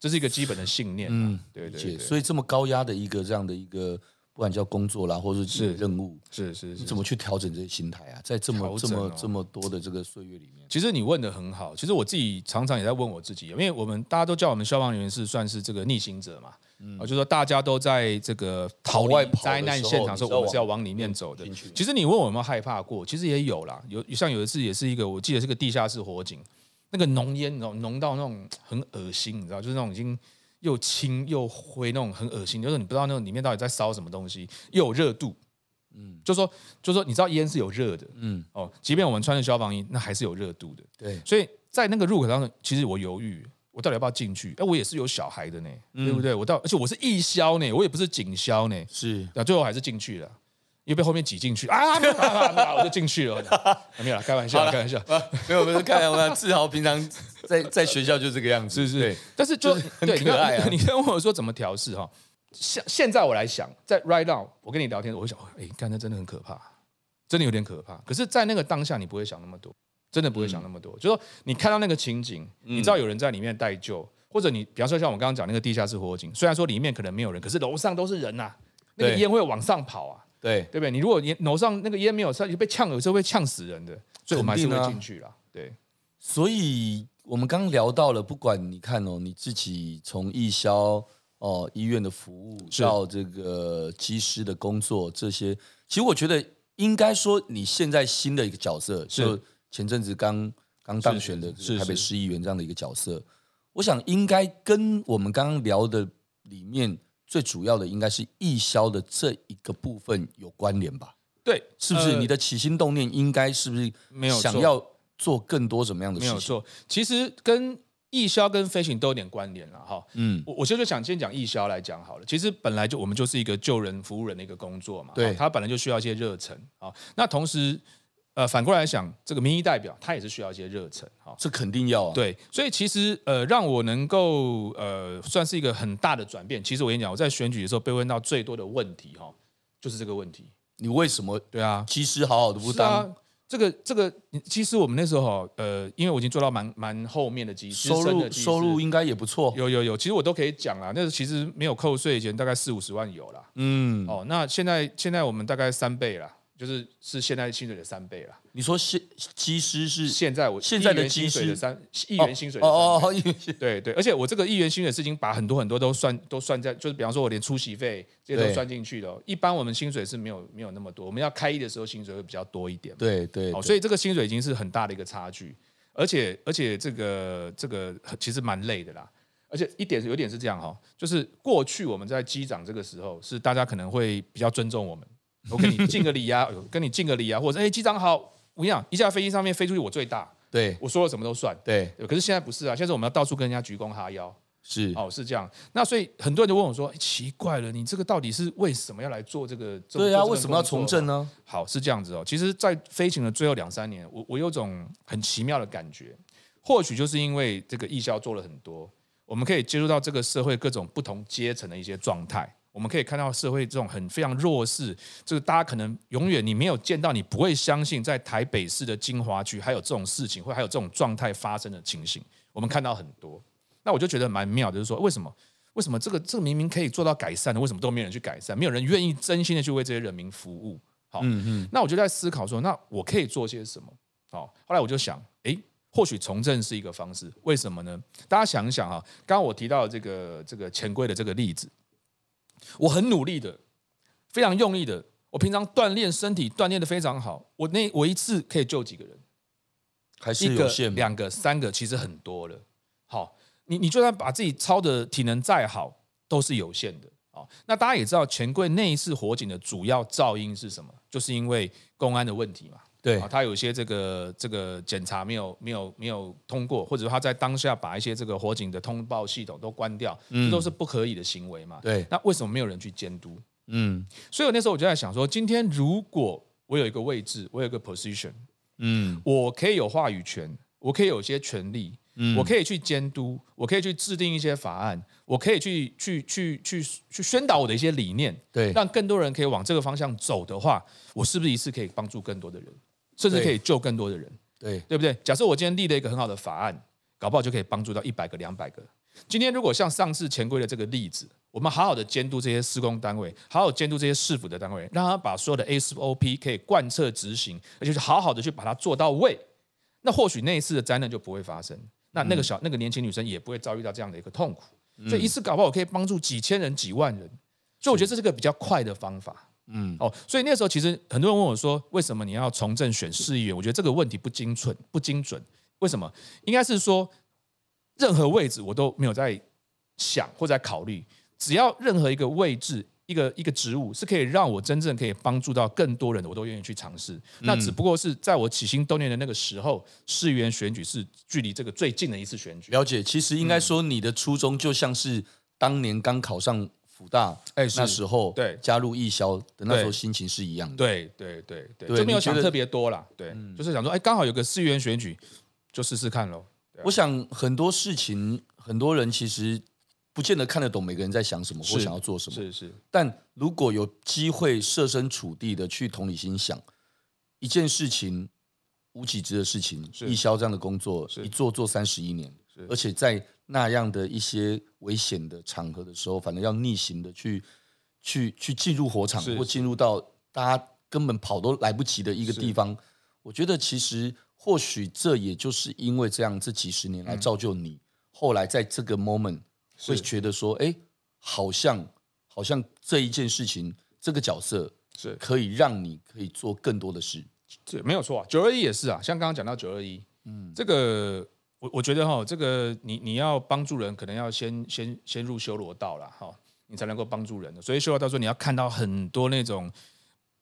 S2: 这是一个基本的信念。嗯
S4: 嗯，
S2: 对
S4: 理
S2: 对
S4: 解
S2: 对，
S4: 所以这么高压的一个这样的一个，不管叫工作啦，或者
S2: 是
S4: 是任务，
S2: 是是是
S4: 你怎么去调整这些心态啊？在这么、
S2: 调
S4: 这
S2: 整哦
S4: 么这么多的这个岁月里面，
S2: 其实你问的很好，其实我自己常常也在问我自己，因为我们大家都叫我们消防人员是算是这个逆行者嘛，啊，就说大家都在这个逃
S4: 嗯往外
S2: 离
S4: 跑的时候
S2: 灾难现场的时候，
S4: 你知道
S2: 我们是要往里面走的
S4: 进去。
S2: 其实你问我有没有害怕过，其实也有啦，有像有一次也是一个，我记得是个地下室火警，那个浓烟，你知道浓到那种很恶心，你知道，就是那种已经。又青又灰，那种很恶心，就是你不知道那种里面到底在烧什么东西，又有热度，嗯，就说就说你知道烟是有热的，
S4: 嗯，
S2: 哦，即便我们穿着消防衣，那还是有热度的。
S4: 对，
S2: 所以在那个入口当中，其实我犹豫，我到底要不要进去？哎，我也是有小孩的呢，对不对？我到，而且我是义消呢，我也不是警消呢，
S4: 是
S2: 那最后还是进去了。又被后面挤进去啊！没有 啦没有啦没有啦我就进去了，没有了，开玩笑，开玩笑，
S4: 啊没有，我们是看我们志豪平常在在学校就这个样子，
S2: 是是
S4: 对，
S2: 但是就
S4: 就是很
S2: 对，你刚
S4: 可爱 啊
S2: 你先问我说怎么调试哈？现现在我来想，在 right now，我跟你聊天，我会想，哎，干那真的很可怕，真的有点可怕。可是，在那个当下，你不会想那么多，真的不会想那么
S4: 嗯
S2: 多。就说你看到那个情景，你知道有人在里面待救，或者你比方说像我刚刚讲那个地下室火警，虽然说里面可能没有人，可是楼上都是人呐、那个
S4: 对
S2: 烟会往上跑啊，
S4: 对，
S2: 对不对？你如果烟楼上那个烟没有上，就被呛，有时候会呛死人的，所以我们还是
S4: 肯定啊
S2: 会进去啦。对，
S4: 所以我们刚聊到了，不管你看哦，你自己从义消哦医院的服务
S2: 是
S4: 到这个技师的工作这些，其实我觉得应该说你现在新的一个角色，
S2: 是
S4: 就前阵子刚刚当选的
S2: 是是
S4: 台北
S2: 是
S4: 市议员这样的一个角色，我想应该跟我们刚刚聊的里面最主要的应该是义消的这一个部分有关联吧？
S2: 对，
S4: 是不是？
S2: 呃
S4: 你的起心动念应该是不是
S2: 没有错
S4: 想要做更多什么样的
S2: 没
S4: 事
S2: 有
S4: 情？
S2: 错，其实跟义消跟飞行都有点关联了哈。
S4: 嗯，
S2: 我我现在就想先讲义消来讲好了。其实本来就我们就是一个救人服务人的一个工作嘛，
S4: 对
S2: 哦他本来就需要一些热忱啊。哦那同时，呃，反过来想，这个民意代表他也是需要一些热忱哈。哦
S4: 这肯定要啊。，
S2: 对，所以其实呃，让我能够呃，算是一个很大的转变。其实我跟你讲，我在选举的时候被问到最多的问题哈、哦就是这个问题，
S4: 你为什么
S2: 对啊，
S4: 其实好好的不
S2: 是啊
S4: 当，
S2: 这个这个，呃其实我们那时候呃，因为我已经做到蛮蛮后面的技师，
S4: 收
S2: 资深的
S4: 入
S2: 技师
S4: 收入应该也不错？
S2: 有有有，其实我都可以讲啦。那时候其实没有扣税以前，大概四五十万有啦。
S4: 嗯，
S2: 哦，那现在现在我们大概三倍啦，就是是现在薪水的三倍啦。
S4: 你说现
S5: 机师是
S2: 现在我
S5: 现在的
S2: 一元薪水的
S5: 机师
S2: 三一元薪水的
S4: 哦
S2: 三倍
S4: 哦哦，因为
S2: 对对，而且我这个一元薪水是已经把很多很多都算都算在，就是比方说我连出席费这些
S4: 对
S2: 都算进去了哦。一般我们薪水是没有没有那么多，我们要开一的时候薪水会比较多一点嘛。
S4: 对对，
S2: 哦，
S4: 对
S2: 所以这个薪水已经是很大的一个差距，而且而且这个这个其实蛮累的啦。而且一点有一点是这样哈、哦，就是过去我们在机长这个时候，是大家可能会比较尊重我们，我给 你敬个礼呀、哎呦跟你敬个礼呀、或者是哎机长好，我跟你讲，一架飞机上面飞出去我最大，
S4: 对
S2: 我说了什么都算。
S4: 对
S2: 对可是现在不是啊，现在我们要到处跟人家鞠躬哈腰，
S4: 是
S2: 哦，是这样。那所以很多人就问我说：“哎奇怪了，你这个到底是为什么要来做这个？做
S4: 对
S2: 做
S4: 啊，
S2: 这份
S4: 为什么要
S2: 工作
S4: 从政呢？
S2: 好，是这样子哦。其实，在飞行的最后两三年，我我有种很奇妙的感觉，或许就是因为这个艺校做了很多，我们可以接触到这个社会各种不同阶层的一些状态。我们可以看到社会这种很非常弱势，就是大家可能永远你没有见到，你不会相信在台北市的精华区还有这种事情，或还有这种状态发生的情形。我们看到很多，那我就觉得蛮妙的，就是说为什么为什么这个这个明明可以做到改善的，为什么都没有人去改善？没有人愿意真心的去为这些人民服务。好，那我就在思考说，那我可以做些什么？好，后来我就想，诶，或许从政是一个方式，为什么呢？大家想一想啊，刚刚我提到的这个这个钱柜的这个例子，我很努力的，非常用力的，我平常锻炼身体锻炼的非常好，我那我一次可以救几个人？
S4: 还
S2: 一
S4: 是有
S2: 个
S4: 限、嘛？
S2: 两个、三个，其实很多了。好，你你就算把自己操的体能再好，都是有限的。好，那大家也知道，钱柜那一次火警的主要噪音是什么？就是因为公安的问题嘛。
S4: 对
S2: 啊，他有一些这个这个检查没有没有没有通过，或者他在当下把一些这个火警的通报系统都关掉，这都是不可以的行为嘛。
S4: 嗯对，
S2: 那为什么没有人去监督？
S4: 嗯
S2: 所以我那时候我就在想说，今天如果我有一个位置，我有一个 position，
S4: 嗯
S2: 我可以有话语权，我可以有一些权利，
S4: 嗯
S2: 我可以去监督，我可以去制定一些法案，我可以去去去去去宣导我的一些理念，
S4: 对
S2: 让更多人可以往这个方向走的话，我是不是一次可以帮助更多的人，甚至
S4: 对
S2: 可以救更多的人，
S4: 对
S2: 对不对？假设我今天立了一个很好的法案，搞不好就可以帮助到一百个、两百个。今天如果像上次钱柜的这个例子，我们好好的监督这些施工单位，好好监督这些市府的单位，让他把所有的 SOP 可以贯彻执行，而且是好好的去把它做到位，那或许那一次的灾难就不会发生。那那个小、那个年轻女生也不会遭遇到这样的一个痛苦。所以一次搞不好我可以帮助几千人、几万人。所以我觉得这是个比较快的方法。嗯，哦，所以那时候其实很多人问我说，为什么你要从政选市议员？我觉得这个问题不精准，不精准。为什么？应该是说，任何位置我都没有在想或在考虑，只要任何一个位置。一个一个职务是可以让我真正可以帮助到更多人的，我都愿意去尝试。那只不过是在我起心动念的那个时候，市议员选举是距离这个最近的一次选举。
S4: 了解，其实
S2: 嗯
S4: 应该说你的初衷就像是当年刚考上福大，
S2: 哎是
S4: 那时候
S2: 对
S4: 加入艺校的那时候
S2: 对
S4: 心情是一样的。
S2: 对对对对，
S4: 对
S2: 就没有
S4: 你觉
S2: 想
S4: 得
S2: 特别多啦。对，就是想说，哎，刚好有个市议员选举，就试试看喽。
S4: 我想很多事情，很多人其实不见得看得懂每个人在想什么或
S2: 是
S4: 想要做什么，
S2: 是是，
S4: 但如果有机会设身处地的去同理心想一件事情。无几职的事情，
S2: 是
S4: 义消这样的工作
S2: 是
S4: 一做做三十一年
S2: 是，
S4: 而且在那样的一些危险的场合的时候，反正要逆行的去去去进入火场，
S2: 是
S4: 或进入到大家根本跑都来不及的一个
S2: 是
S4: 地方。我觉得其实或许这也就是因为这样，这几十年
S2: 嗯
S4: 来造就你，后来在这个 moment
S2: 是
S4: 会觉得说，哎，好像好像这一件事情，这个角色
S2: 是
S4: 可以让你可以做更多的事。
S2: 对，没有错、啊。九二一也是啊，像刚刚讲到九二一，嗯，这个我我觉得哈，这个你你要帮助人，可能要先先先入修罗道啦，哈，你才能够帮助人的。所以修罗道说，你要看到很多那种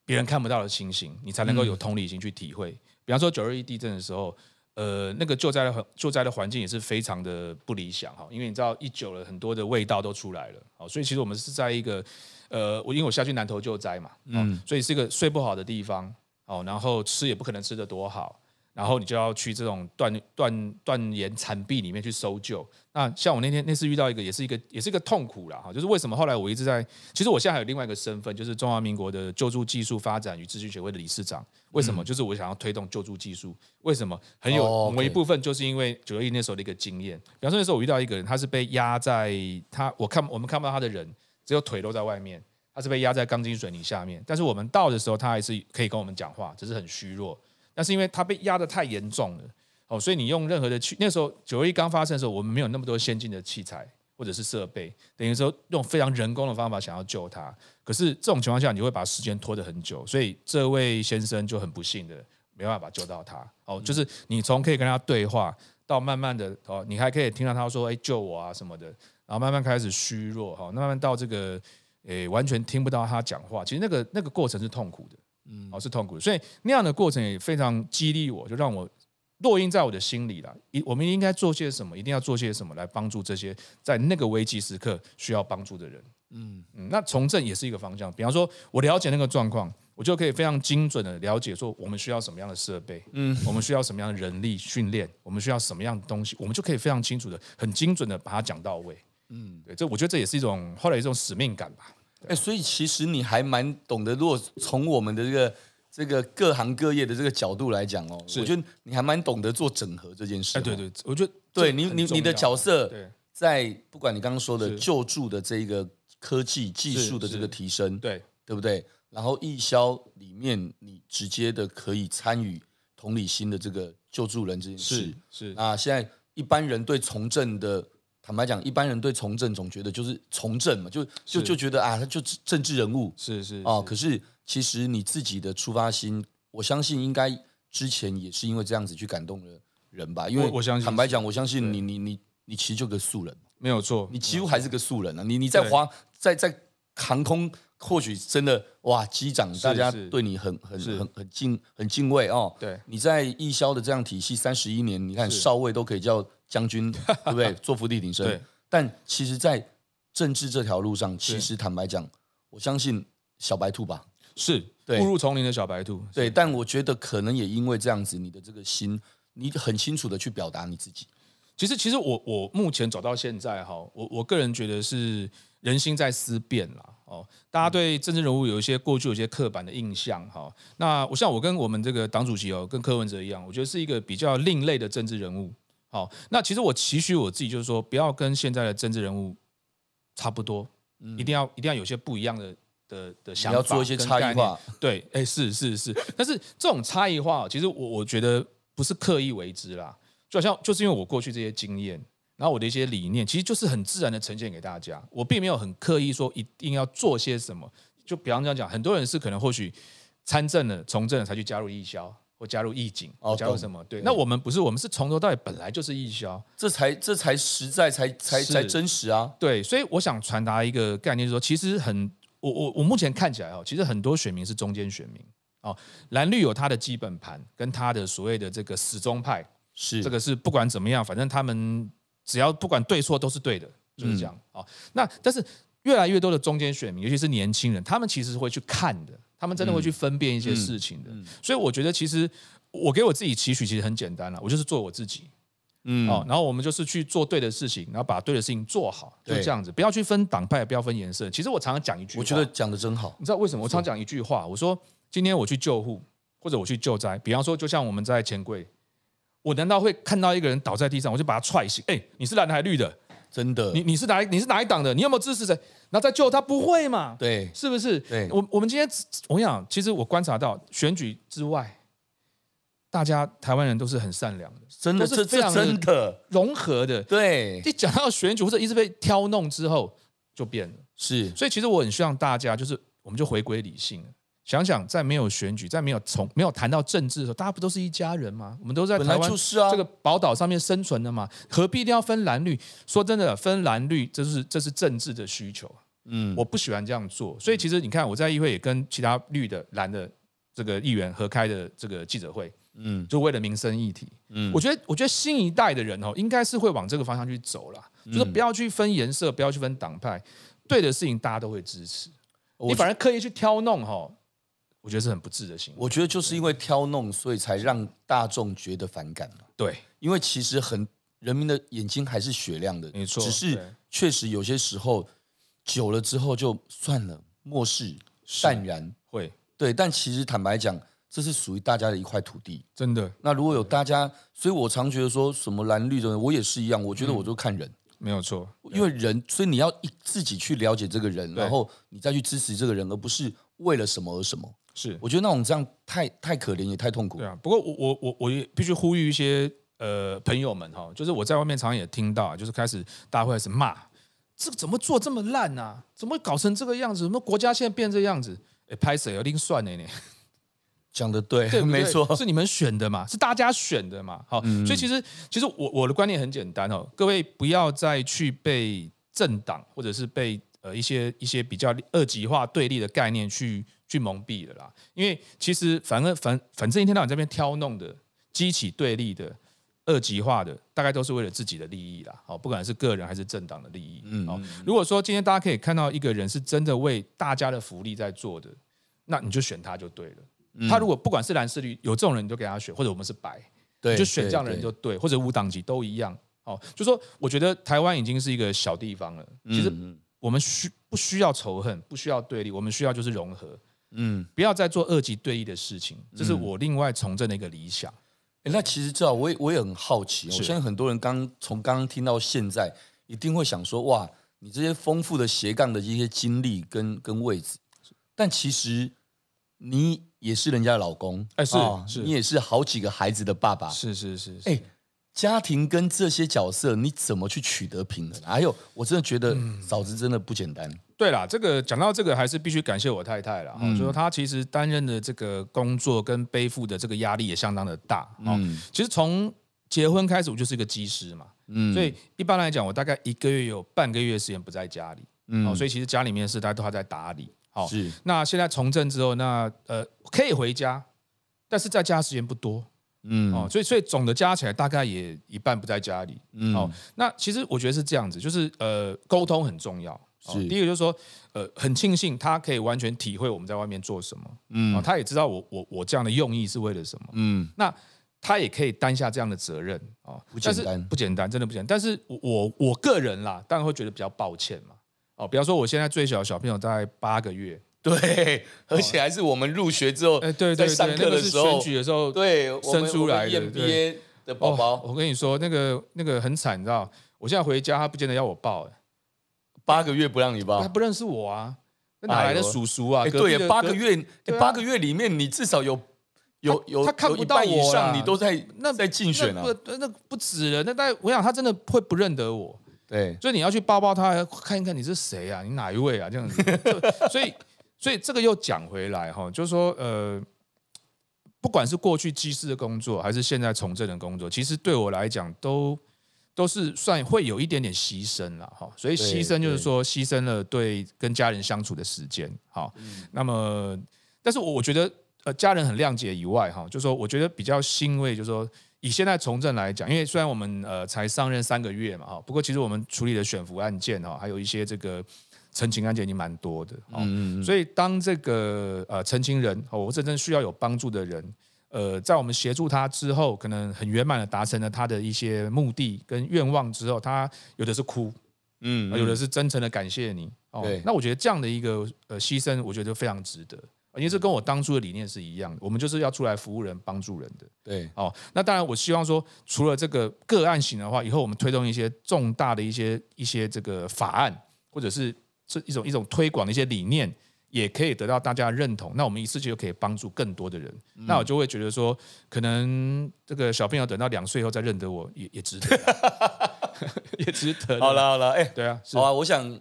S2: 别人看不到的情形，你才能够有同理心去体会。比方说九二一地震的时候。呃，那个救灾的环救灾的环境也是非常的不理想哈，因为你知道一久了，很多的味道都出来了，好，所以其实我们是在一个呃，我因为我下去南投救灾嘛，嗯，所以是一个睡不好的地方，哦，然后吃也不可能吃得多好。然后你就要去这种断断断岩残壁里面去搜救。那像我那天那次遇到一个，也是一个也是一个痛苦啦，哈，就是为什么后来我一直在，其实我现在还有另外一个身份，就是中华民国的救助技术发展与秩序协会的理事长。为什么？就是我想要推动救助技术。为什么？很有
S4: 嗯哦，OK
S2: 某一部分就是因为九二一那时候的一个经验。比方说那时候我遇到一个人，他是被压在他我看我们看不到他的人，只有腿露在外面，他是被压在钢筋水泥下面。但是我们到的时候，他还是可以跟我们讲话，只是很虚弱。但是因为他被压得太严重了，哦，所以你用任何的器，那时候九二一刚发生的时候，我们没有那么多先进的器材或者是设备，等于说用非常人工的方法想要救他。可是这种情况下，你会把时间拖得很久，所以这位先生就很不幸的没办法救到他。哦，就是你从可以跟他对话，到慢慢的哦，你还可以听到他说：“哎，救我啊什么的。”然后慢慢开始虚弱，哈、哦，慢慢到这个诶完全听不到他讲话。其实那个那个过程是痛苦的，嗯，哦是痛苦的，所以那样的过程也非常激励我，就让我落印在我的心里了。一我们应该做些什么，一定要做些什么来帮助这些在那个危机时刻需要帮助的人。嗯嗯，那从政也是一个方向。比方说，我了解那个状况，我就可以非常精准的了解说我们需要什么样的设备，嗯，我们需要什么样的人力训练，我们需要什么样的东西，我们就可以非常清楚的、很精准的把它讲到位。嗯，对，这我觉得这也是一种后来一种使命感吧。
S4: 哎、所以其实你还蛮懂得。如果从我们的这个这个各行各业的这个角度来讲哦，
S2: 是
S4: 我觉得你还蛮懂得做整合这件事、
S2: 哎，
S4: 哦。
S2: 对对，我觉得
S4: 对
S2: 这
S4: 你
S2: 很
S4: 你
S2: 重
S4: 你的
S2: 要
S4: 角色
S2: 对
S4: 在不管你刚刚说的
S2: 是
S4: 救助的这一个科技技
S2: 是
S4: 术的这个
S2: 是
S4: 提升，
S2: 对
S4: 对不对？然后义消里面，你直接的可以参与同理心的这个救助人这件事
S2: 是。是
S4: 那现在一般人对从政的，坦白讲，一般人对从政总觉得就是从政嘛，就就是就觉得啊，他就是政治人物
S2: 是是
S4: 啊。
S2: 哦，
S4: 可是其实你自己的出发心，我相信应该之前也是因为这样子去感动了人吧。因为
S2: 我我相信
S4: 坦白
S2: 是
S4: 讲，我相信
S2: 对
S4: 你你你你其实就个素人嘛，
S2: 没有错，
S4: 你几乎还是个素人啊。你你在
S2: 对
S4: 华在在航空，或许真的哇，机长
S2: 是
S4: 大家
S2: 是
S4: 对你很很
S2: 是
S4: 很很敬很敬畏哦。
S2: 对
S4: 你在义消的这样体系三十一年，你看
S2: 是
S4: 少尉都可以叫将军， 对不对？做伏地挺身
S2: 对。
S4: 但其实，在政治这条路上，其
S2: 对
S4: 实坦白讲，我相信小白兔吧，
S2: 是
S4: 对
S2: 误入丛林的小白兔，
S4: 对。但我觉得可能也因为这样子，你的这个心，你很清楚的去表达你自己。
S2: 其实，其实我我目前走到现在哈，我我个人觉得是人心在思变啦。哦，大家
S4: 嗯
S2: 对政治人物有一些过去有一些刻板的印象哈。那我像我跟我们这个党主席哦，跟柯文哲一样，我觉得是一个比较另类的政治人物。好，那其实我期许我自己就是说，不要跟现在的政治人物差不多，一定要一定要有些不一样的的的想
S4: 嗯
S2: 法，
S4: 你要做一些差异化。，
S2: 对，哎，是是是，但是这种差异化，其实我我觉得不是刻意为之啦，就好像就是因为我过去这些经验，然后我的一些理念，其实就是很自然的呈现给大家，我并没有很刻意说一定要做些什么。就比方这样讲，很多人是可能或许参政了、从政了才去加入义消，或加入义警，
S4: 哦
S2: 或加入
S4: 懂
S2: 什么？对，那我们不是，我们是从头到尾本来就是义消，
S4: 这才这才实在，才才
S2: 是
S4: 才真实啊。
S2: 对，所以我想传达一个概念，就是说，其实很，我我我目前看起来哦，其实很多选民是中间选民哦，蓝绿有他的基本盘跟他的所谓的这个死忠派，
S4: 是
S2: 这个是不管怎么样，反正他们只要不管对错都是对的，就是这样啊、
S4: 嗯
S2: 哦。那但是越来越多的中间选民，尤其是年轻人，他们其实会去看的，他们真的会去
S4: 嗯
S2: 分辨一些事情的。所以我觉得，其实我给我自己期许其实很简单了，我就是做我自己。
S4: 嗯
S2: 哦，然后我们就是去做对的事情，然后把对的事情做好，就
S4: 对
S2: 这样子，不要去分党派，不要分颜色。其实我常常讲一句话，
S4: 我觉得讲的真好。
S2: 你知道为什么？我常讲一句话，我说今天我去救护或者我去救灾，比方说就像我们在钱柜，我难道会看到一个人倒在地上，我就把他踹醒？哎，你是蓝的还绿的？
S4: 真的，
S2: 你你是哪一你是哪一党的？你有没有支持谁？然后再救他？不会嘛？
S4: 对
S2: 是不是？
S4: 对
S2: 我我们今天我跟你讲，其实我观察到选举之外，大家台湾人都是很善良的，
S4: 真的，
S2: 都
S4: 这
S2: 是非
S4: 这
S2: 常
S4: 真的，
S2: 融合的，
S4: 对，
S2: 一讲到选举或者一直被挑弄之后，就变了。
S4: 是
S2: 所以其实我很希望大家就是，我们就回归理性了。想想，在没有选举，在没有从没有谈到政治的时候，大家不都是一家人吗？我们都在
S4: 本
S2: 台
S4: 来
S2: 湾
S4: 就是啊
S2: 这个宝岛上面生存的嘛，何必一定要分蓝绿？说真的，分蓝绿，这是这是政治的需求。
S4: 嗯，
S2: 我不喜欢这样做，所以其实你看，我在议会也跟其他绿的、蓝的这个议员合开的这个记者会，
S4: 嗯
S2: 就为了民生议题。
S4: 嗯
S2: 我觉得，我觉得新一代的人哦，应该是会往这个方向去走啦，
S4: 嗯
S2: 就是不要去分颜色，不要去分党派，对的事情大家都会支持。
S4: 我
S2: 你反而刻意去挑弄哈，我觉得是很不智的行为。
S4: 我觉得就是因为挑弄，所以才让大众觉得反感嘛。
S2: 对，
S4: 因为其实很人民的眼睛还是雪亮的，
S2: 没错
S4: 只
S2: 对
S4: 是确实有些时候久了之后就算了，漠视、淡然。
S2: 会
S4: 对，但其实坦白讲，这是属于大家的一块土地。
S2: 真的
S4: 那如果有大家，所以我常觉得说什么蓝绿的，我也是一样。我
S2: 嗯
S4: 觉得我就看人，
S2: 没有错。
S4: 因为人，所以你要一自己去了解这个人，
S2: 对
S4: 然后你再去支持这个人，而不是为了什么而什么。
S2: 是
S4: 我觉得那种这样太太可怜，也太痛苦
S2: 对。啊，不过我我我我也必须呼吁一些呃朋友们哈，就是我在外面常常也听到啊，就是开始大家会开始骂，这个怎么做这么烂啊？怎么搞成这个样子？怎么国家现在变这样子？哎，拍谁一定算呢？你
S4: 讲的对，
S2: 对不对
S4: 没错，
S2: 是你们选的嘛，是大家选的嘛。好，所以其实其实我我的观念很简单哦，各位不要再去被政党或者是被呃一些一些比较二极化对立的概念去去蒙蔽了啦，因为其实反而反反正一天到晚这边挑弄的、激起对立的。二极化的大概都是为了自己的利益啦，好，不管是个人还是政党的利益。嗯，好，如果说今天大家可以看到一个人是真的为大家的福利在做的，那你就选他就对了。
S4: 嗯
S2: 他如果不管是蓝是绿，有这种人你就给他选，或者我们是白，
S4: 对，
S2: 你就选这样的人
S4: 对
S2: 就对，或者无党籍都一样。哦，就说我觉得台湾已经是一个小地方了，
S4: 嗯
S2: 其实我们需不需要仇恨，不需要对立，我们需要就是融合，
S4: 嗯。
S2: 不要再做二级对立的事情，这是我另外从政的一个理想。
S4: 诶那其实这样我也我也很好奇、哦，
S2: 是
S4: 我相信很多人刚从刚刚听到现在，一定会想说：哇，你这些丰富的斜杠的一些经历跟跟位置，但其实你也是人家的老公，
S2: 哎是
S4: 啊
S2: 是
S4: 你也是好几个孩子的爸爸，
S2: 是是是，
S4: 哎、家庭跟这些角色你怎么去取得平衡？还有，我真的觉得
S2: 嗯
S4: 嫂子真的不简单，
S2: 对啦，这个讲到这个，还是必须感谢我太太
S4: 嗯
S2: 啦。哈、就是说她其实担任的这个工作跟背负的这个压力也相当的大。哦，其实从结婚开始，我就是一个技师嘛，
S4: 嗯
S2: 所以一般来讲，我大概一个月有半个月的时间不在家里，
S4: 嗯
S2: 哦，所以其实家里面的事大家都还在打理。好、
S4: 是
S2: 那现在从政之后，那呃可以回家，但是在家时间不多。
S4: 嗯
S2: 哦，所以所以总的加起来大概也一半不在家里。
S4: 嗯
S2: 哦，那其实我觉得是这样子，就是呃，沟通很重要。哦
S4: 是
S2: 第一个就是说，呃，很庆幸他可以完全体会我们在外面做什么，嗯、
S4: 嗯
S2: 他也知道我我我这样的用意是为了什么，
S4: 嗯
S2: 那他也可以担下这样的责任哦，
S4: 不
S2: 但是
S4: 简单
S2: 不简单，真的不简单。但是我我我个人啦，当然会觉得比较抱歉嘛，哦，比方说我现在最小的小朋友大概八个月，
S4: 对，而且还是我们入学之
S2: 哦
S4: 后，
S2: 哎、对对
S4: 在
S2: 对，
S4: 上
S2: 那
S4: 课
S2: 个
S4: 的
S2: 是
S4: 时候，
S2: 选举的时候，
S4: 对，我们
S2: 生出来的
S4: 我们 EMBA 的宝
S2: 哦
S4: 宝，
S2: 我跟你说，那个那个很惨，你知道，我现在回家他不见得要我抱、哎
S4: 八个月不让你
S2: 他
S4: 抱。
S2: 不认识我啊，那哪来的
S4: 哦哎呦
S2: 叔叔啊？
S4: 哎，
S2: 隔壁
S4: 对，
S2: 的
S4: 八
S2: 隔
S4: 个月，
S2: 对啊
S4: 哎八个月里面你至少有有有，
S2: 他看不
S4: 有一
S2: 到
S4: 半以
S2: 我啦
S4: 上，你都在
S2: 那
S4: 在竞选啊
S2: 那。不那不止了，那但我想他真的会不认得我，
S4: 对，
S2: 所以你要去抱抱他，看一看你是谁啊，你哪一位啊，这样子。就所以 所以这个又讲回来哈，就是说呃，不管是过去技师的工作，还是现在从政的工作，其实对我来讲都。都是算会有一点点牺牲了哈，所以
S4: 对
S2: 牺牲就是
S4: 对
S2: 说牺牲了对跟家人相处的时间好，
S4: 嗯
S2: 那么但是我我觉得呃家人很谅解以外哈，就说我觉得比较欣慰，就是说以现在从政来讲，因为虽然我们呃才上任三个月嘛哈，不过其实我们处理的选服案件哈，还有一些这个陈情案件已经蛮多的哦，
S4: 嗯
S2: 所以当这个呃陈情人哦，我真正需要有帮助的人。呃，在我们协助他之后，可能很圆满的达成了他的一些目的跟愿望之后，他有的是哭，
S4: 嗯
S2: 呃有的是真诚的感谢你。哦
S4: 对，
S2: 那我觉得这样的一个呃牺牲，我觉得非常值得，呃因为这跟我当初的理念是一样的，我们就是要出来服务人、帮助人的。
S4: 对，
S2: 哦，那当然，我希望说，除了这个个案型的话，以后我们推动一些重大的一些一些这个法案，或者是这一种一种推广的一些理念，也可以得到大家的认同。那我们一次就可以帮助更多的人。
S4: 嗯
S2: 那我就会觉得说，可能这个小朋友等到两岁以后再认得我，也也值得 啦，也值得。
S4: 好，了好了，哎，
S2: 对啊，是
S4: 好啊，我想。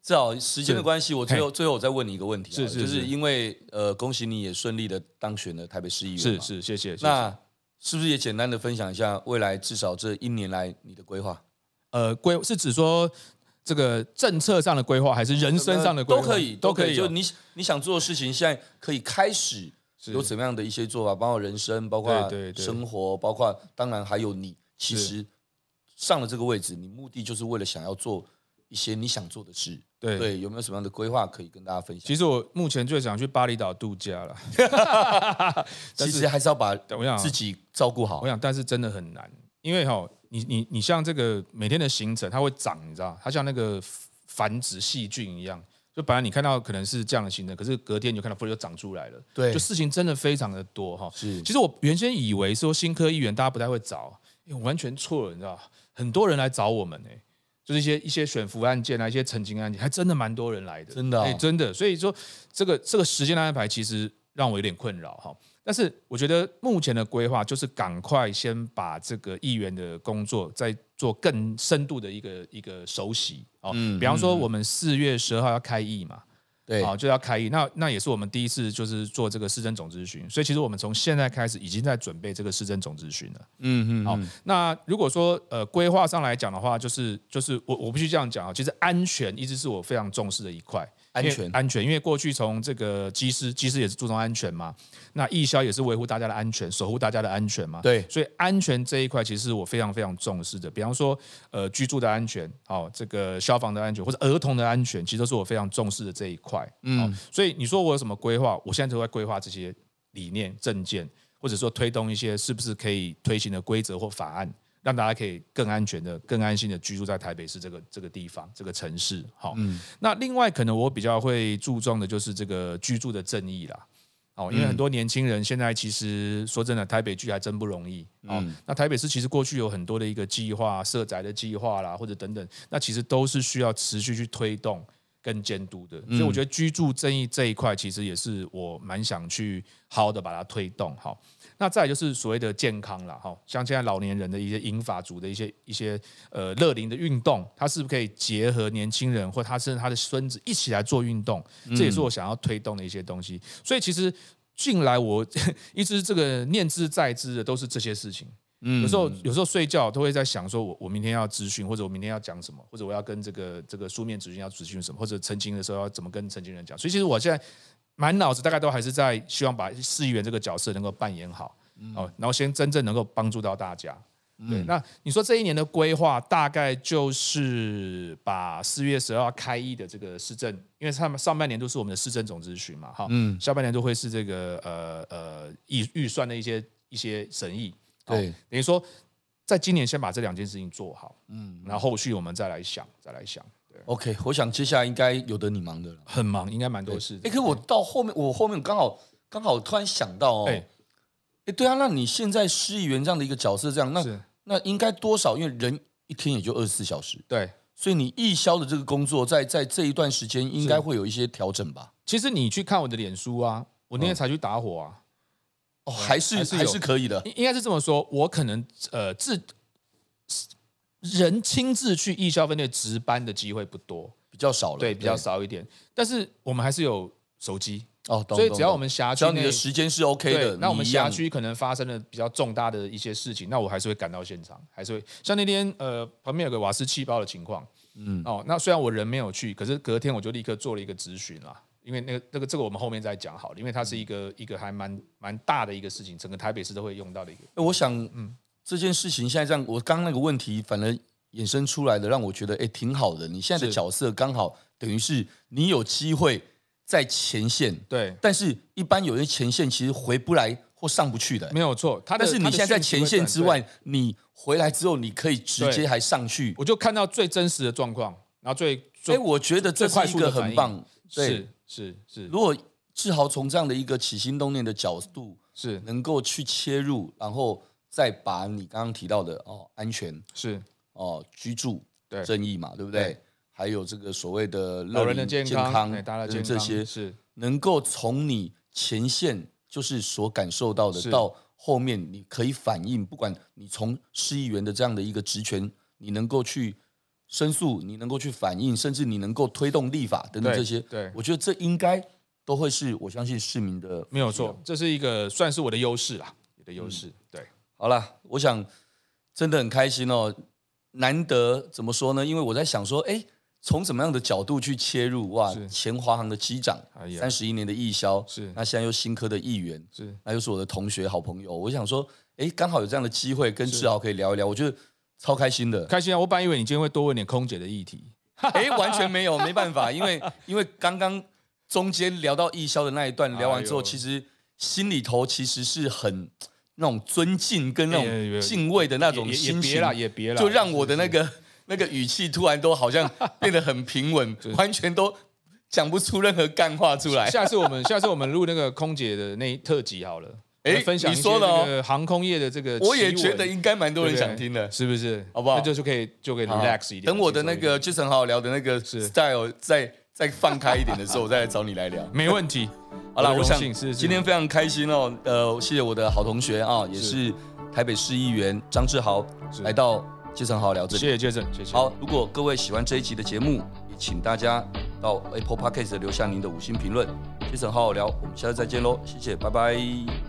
S4: 至少时间的
S2: 是
S4: 关系，我最后最后我再问你一个问题、啊，
S2: 是是
S4: 就是是因为呃，恭喜你也顺利的当选了台北市议员
S2: 是
S4: 嘛，
S2: 是，谢谢。谢谢
S4: 那是不是也简单的分享一下未来至少这一年来你的规划？
S2: 呃，规是指说这个政策上的规划，还是人生上的规
S4: 都
S2: 划？
S4: 可以，
S2: 都可以
S4: 就
S2: 哦。
S4: 你你想做的事情，现在可以开始有怎么样的一些做法，包括人生，包括
S2: 对对对
S4: 生活，包括当然还有你。其实上了这个位置，你目的就是为了想要做一些你想做的事。
S2: 对
S4: 对，有没有什么样的规划可以跟大家分享？
S2: 其实我目前最想去巴厘岛度假 了，但
S4: 其
S2: 是
S4: 实还是要把
S2: 我想
S4: 自己照顾好
S2: 我。想，但是真的很难，因为哈、你你你像这个每天的行程，它会长，你知道，它像那个繁殖细菌一样。就本来你看到可能是这样的行程，可是隔天你就看到不就长出来了。
S4: 对
S2: 就事情真的非常的多哈、
S4: 是
S2: 其实我原先以为说新科议员大家不太会找，哎我完全错了，你知道，很多人来找我们哎、就是一些一些选服案件啊，一些澄清案件，还真的蛮多人来的，
S4: 真的哦
S2: 哎真的。所以说这个这个时间的安排其实让我有点困扰哈。但是我觉得目前的规划就是赶快先把这个议员的工作再做更深度的一个一个熟悉哦。
S4: 嗯
S2: 比方说我们四月十二号要开议嘛，
S4: 对，
S2: 好，就要开议。那那也是我们第一次就是做这个市政总咨询，所以其实我们从现在开始已经在准备这个市政总咨询了。
S4: 嗯嗯，
S2: 好，那如果说呃规划上来讲的话，就是就是我我必须这样讲啊，其实安全一直是我非常重视的一块。
S4: 安
S2: 因为
S4: 全
S2: 安全，因为过去从这个机师，机师也是注重安全嘛，那义消也是维护大家的安全，守护大家的安全嘛。
S4: 对
S2: 所以安全这一块其实是我非常非常重视的。比方说，呃，居住的安全，哦，这个消防的安全，或者儿童的安全，其实都是我非常重视的这一块。嗯、所以你说我有什么规划？我现在都在规划这些理念、政见，或者说推动一些是不是可以推行的规则或法案。让大家可以更安全的、更安心的居住在台北市这个这个地方、这个城市。好、那另外可能我比较会注重的就是这个居住的正义啦。哦，因为很多年轻人现在其实说真的，台北居还真不容易哦。那台北市其实过去有很多的一个计划、社宅的计划啦，或者等等，那其实都是需要持续去推动跟监督的。所以我觉得居住正义这一块，其实也是我蛮想去好好的把它推动好。那再来就是所谓的健康啦，哈，像现在老年人的一些银发族的一些一些呃乐龄的运动，它是不是可以结合年轻人或他甚至他的孙子一起来做运动？这也是我想要推动的一些东西。所以其实近来我 一直这个念之在之的都是这些事情。有时候有时候睡觉都会在想说我，我明天要咨询，或者我明天要讲什么，或者我要跟这个这个书面咨询要咨询什么，或者澄清的时候要怎么跟澄清人讲。所以其实我现在满脑子大概都还是在希望把市议员这个角色能够扮演好，哦，然后先真正能够帮助到大家。对，那你说这一年的规划大概就是把四月十二号开议的这个市政，因为他们上半年度是我们的市政总咨询嘛，哈，嗯，下半年度会是这个呃呃预预算的一些一些审议，哦
S4: 对，
S2: 等于说在今年先把这两件事情做好，嗯，然后后续我们再来想，再来想，对，
S4: OK，我想接下来应该有的你忙的了。
S2: 很忙，应该蛮多事
S4: 哎，
S2: 的
S4: 可。是我到后面，我后面刚好刚好突然想到哦，
S2: 哎
S4: 哎，对啊，那你现在市议员这样的一个角色，这样那
S2: 是
S4: 那应该多少？因为人一天也就二十四小时，
S2: 对，
S4: 所以你义消的这个工作，在在这一段时间应该会有一些调整吧？
S2: 其实你去看我的脸书啊，我那天才去打火啊，
S4: 哦，还是
S2: 还是有
S4: 还是可以的。
S2: 应应该是这么说，我可能呃自人亲自去义消分队值班的机会不多，
S4: 比较少了，
S2: 对，比较少一点，但是我们还是有手机，
S4: 哦。懂
S2: 所以
S4: 懂
S2: 只要
S4: 懂
S2: 我们辖
S4: 只
S2: 区
S4: 要你
S2: 内
S4: 的时间是 OK
S2: 对，
S4: 的，
S2: 那我们
S4: 你一样
S2: 辖区可能发生了比较重大的一些事情，那我还是会赶到现场，还是会像那天呃旁边有个瓦斯气爆的情况，嗯哦，那虽然我人没有去，可是隔天我就立刻做了一个咨询啦。因为那个那个这个我们后面再讲好了，因为它
S4: 嗯
S2: 是一个一个还蛮蛮大的一个事情，整个台北市都会用到的一个。
S4: 欸我想，
S2: 嗯
S4: 这件事情现在这样，我刚那个问题反而衍生出来的，让我觉得哎、欸挺好的。你现在的
S2: 是
S4: 角色刚好等于是你有机会在前线，
S2: 对，
S4: 但是一般有些前线其实回不来或上不去的、
S2: 没有错。他的
S4: 但是你
S2: 他的
S4: 现在
S2: 讯
S4: 在
S2: 息
S4: 前
S2: 会
S4: 线
S2: 转
S4: 之
S2: 对
S4: 外，你回来之后，你可以直接
S2: 对
S4: 还上去。
S2: 我就看到最真实的状况，然后最
S4: 哎、
S2: 最
S4: 我觉得这
S2: 最
S4: 是
S2: 快
S4: 一
S2: 速
S4: 个
S2: 的反
S4: 很
S2: 应
S4: 棒。对
S2: 是，是是
S4: 如果志豪从这样的一个起心动念的角度，
S2: 是
S4: 能够去切入，然后再把你刚刚提到的哦安全
S2: 是，
S4: 哦居住
S2: 对
S4: 正义嘛，对不对
S2: 对？
S4: 还有这个所谓的
S2: 老人的
S4: 健
S2: 健康，对大家的
S4: 等
S2: 健康
S4: 这些，
S2: 是
S4: 能够从你前线就是所感受到的，
S2: 是
S4: 到后面你可以反映，不管你从市议员的这样的一个职权，你能够去申诉，你能够去反映，甚至你能够推动立法等等
S2: 对
S4: 这些，
S2: 对
S4: 我觉得这应该都会是我相信市民的
S2: 没有错，这是一个算是我的优势啦，我的
S4: 嗯
S2: 优势。对，
S4: 好啦，我想真的很开心哦，难得怎么说呢？因为我在想说，哎，从怎么样的角度去切入？哇，
S2: 是
S4: 前华航的机长
S2: 哎，呀
S4: 三十一年的义消，
S2: 是
S4: 那现在又新科的议员，
S2: 是
S4: 那又是我的同学、好朋友。我想说，哎，刚好有这样的机会跟志豪可以聊一聊，我觉得超开心的。
S2: 开心啊！我本来以为你今天会多问点空姐的议题，
S4: 哎，完全没有，没办法，因为因为刚刚中间聊到义消的那一段，聊完之后，
S2: 哎呦
S4: 其实心里头其实是很那种尊敬跟那
S2: 哎哎哎
S4: 种敬畏的那种
S2: 也也
S4: 心
S2: 别
S4: 情
S2: 啦，也别啦，
S4: 就让我的那个那个语气突然都好像变得很平 稳，完全都讲不出任何干话出来。
S2: 下次我们下次我们录那个空姐的那一特辑好了，
S4: 哎
S2: 来分享一
S4: 你
S2: 些
S4: 说
S2: 这
S4: 了哦
S2: 个航空业的这个奇闻，
S4: 我也觉得应该蛮多人想听的。
S2: 是不是？
S4: 好不好
S2: 那就是可以就可以
S4: 好
S2: relax 一点。
S4: 等我的那
S2: 轻松一
S4: 个
S2: 点
S4: Jason 好好聊的那个
S2: 是
S4: style 再再放开一点 的时候，我再来找你来聊。
S2: 没问题。
S4: 好了，
S2: 的
S4: 我
S2: 荣
S4: 想
S2: 幸是是
S4: 今天非常开心哦，呃，谢谢我的好同学啊，也
S2: 是
S4: 是台北市议员张志豪
S2: 是
S4: 来到基层好好聊这里。
S2: 谢谢 Jason，谢谢。
S4: 好，，
S5: 如果各位喜欢这一集的节目，也请大家到 Apple Podcast 留下您的五星评论。杰森好好聊，我们下次再见喽，谢谢，拜拜。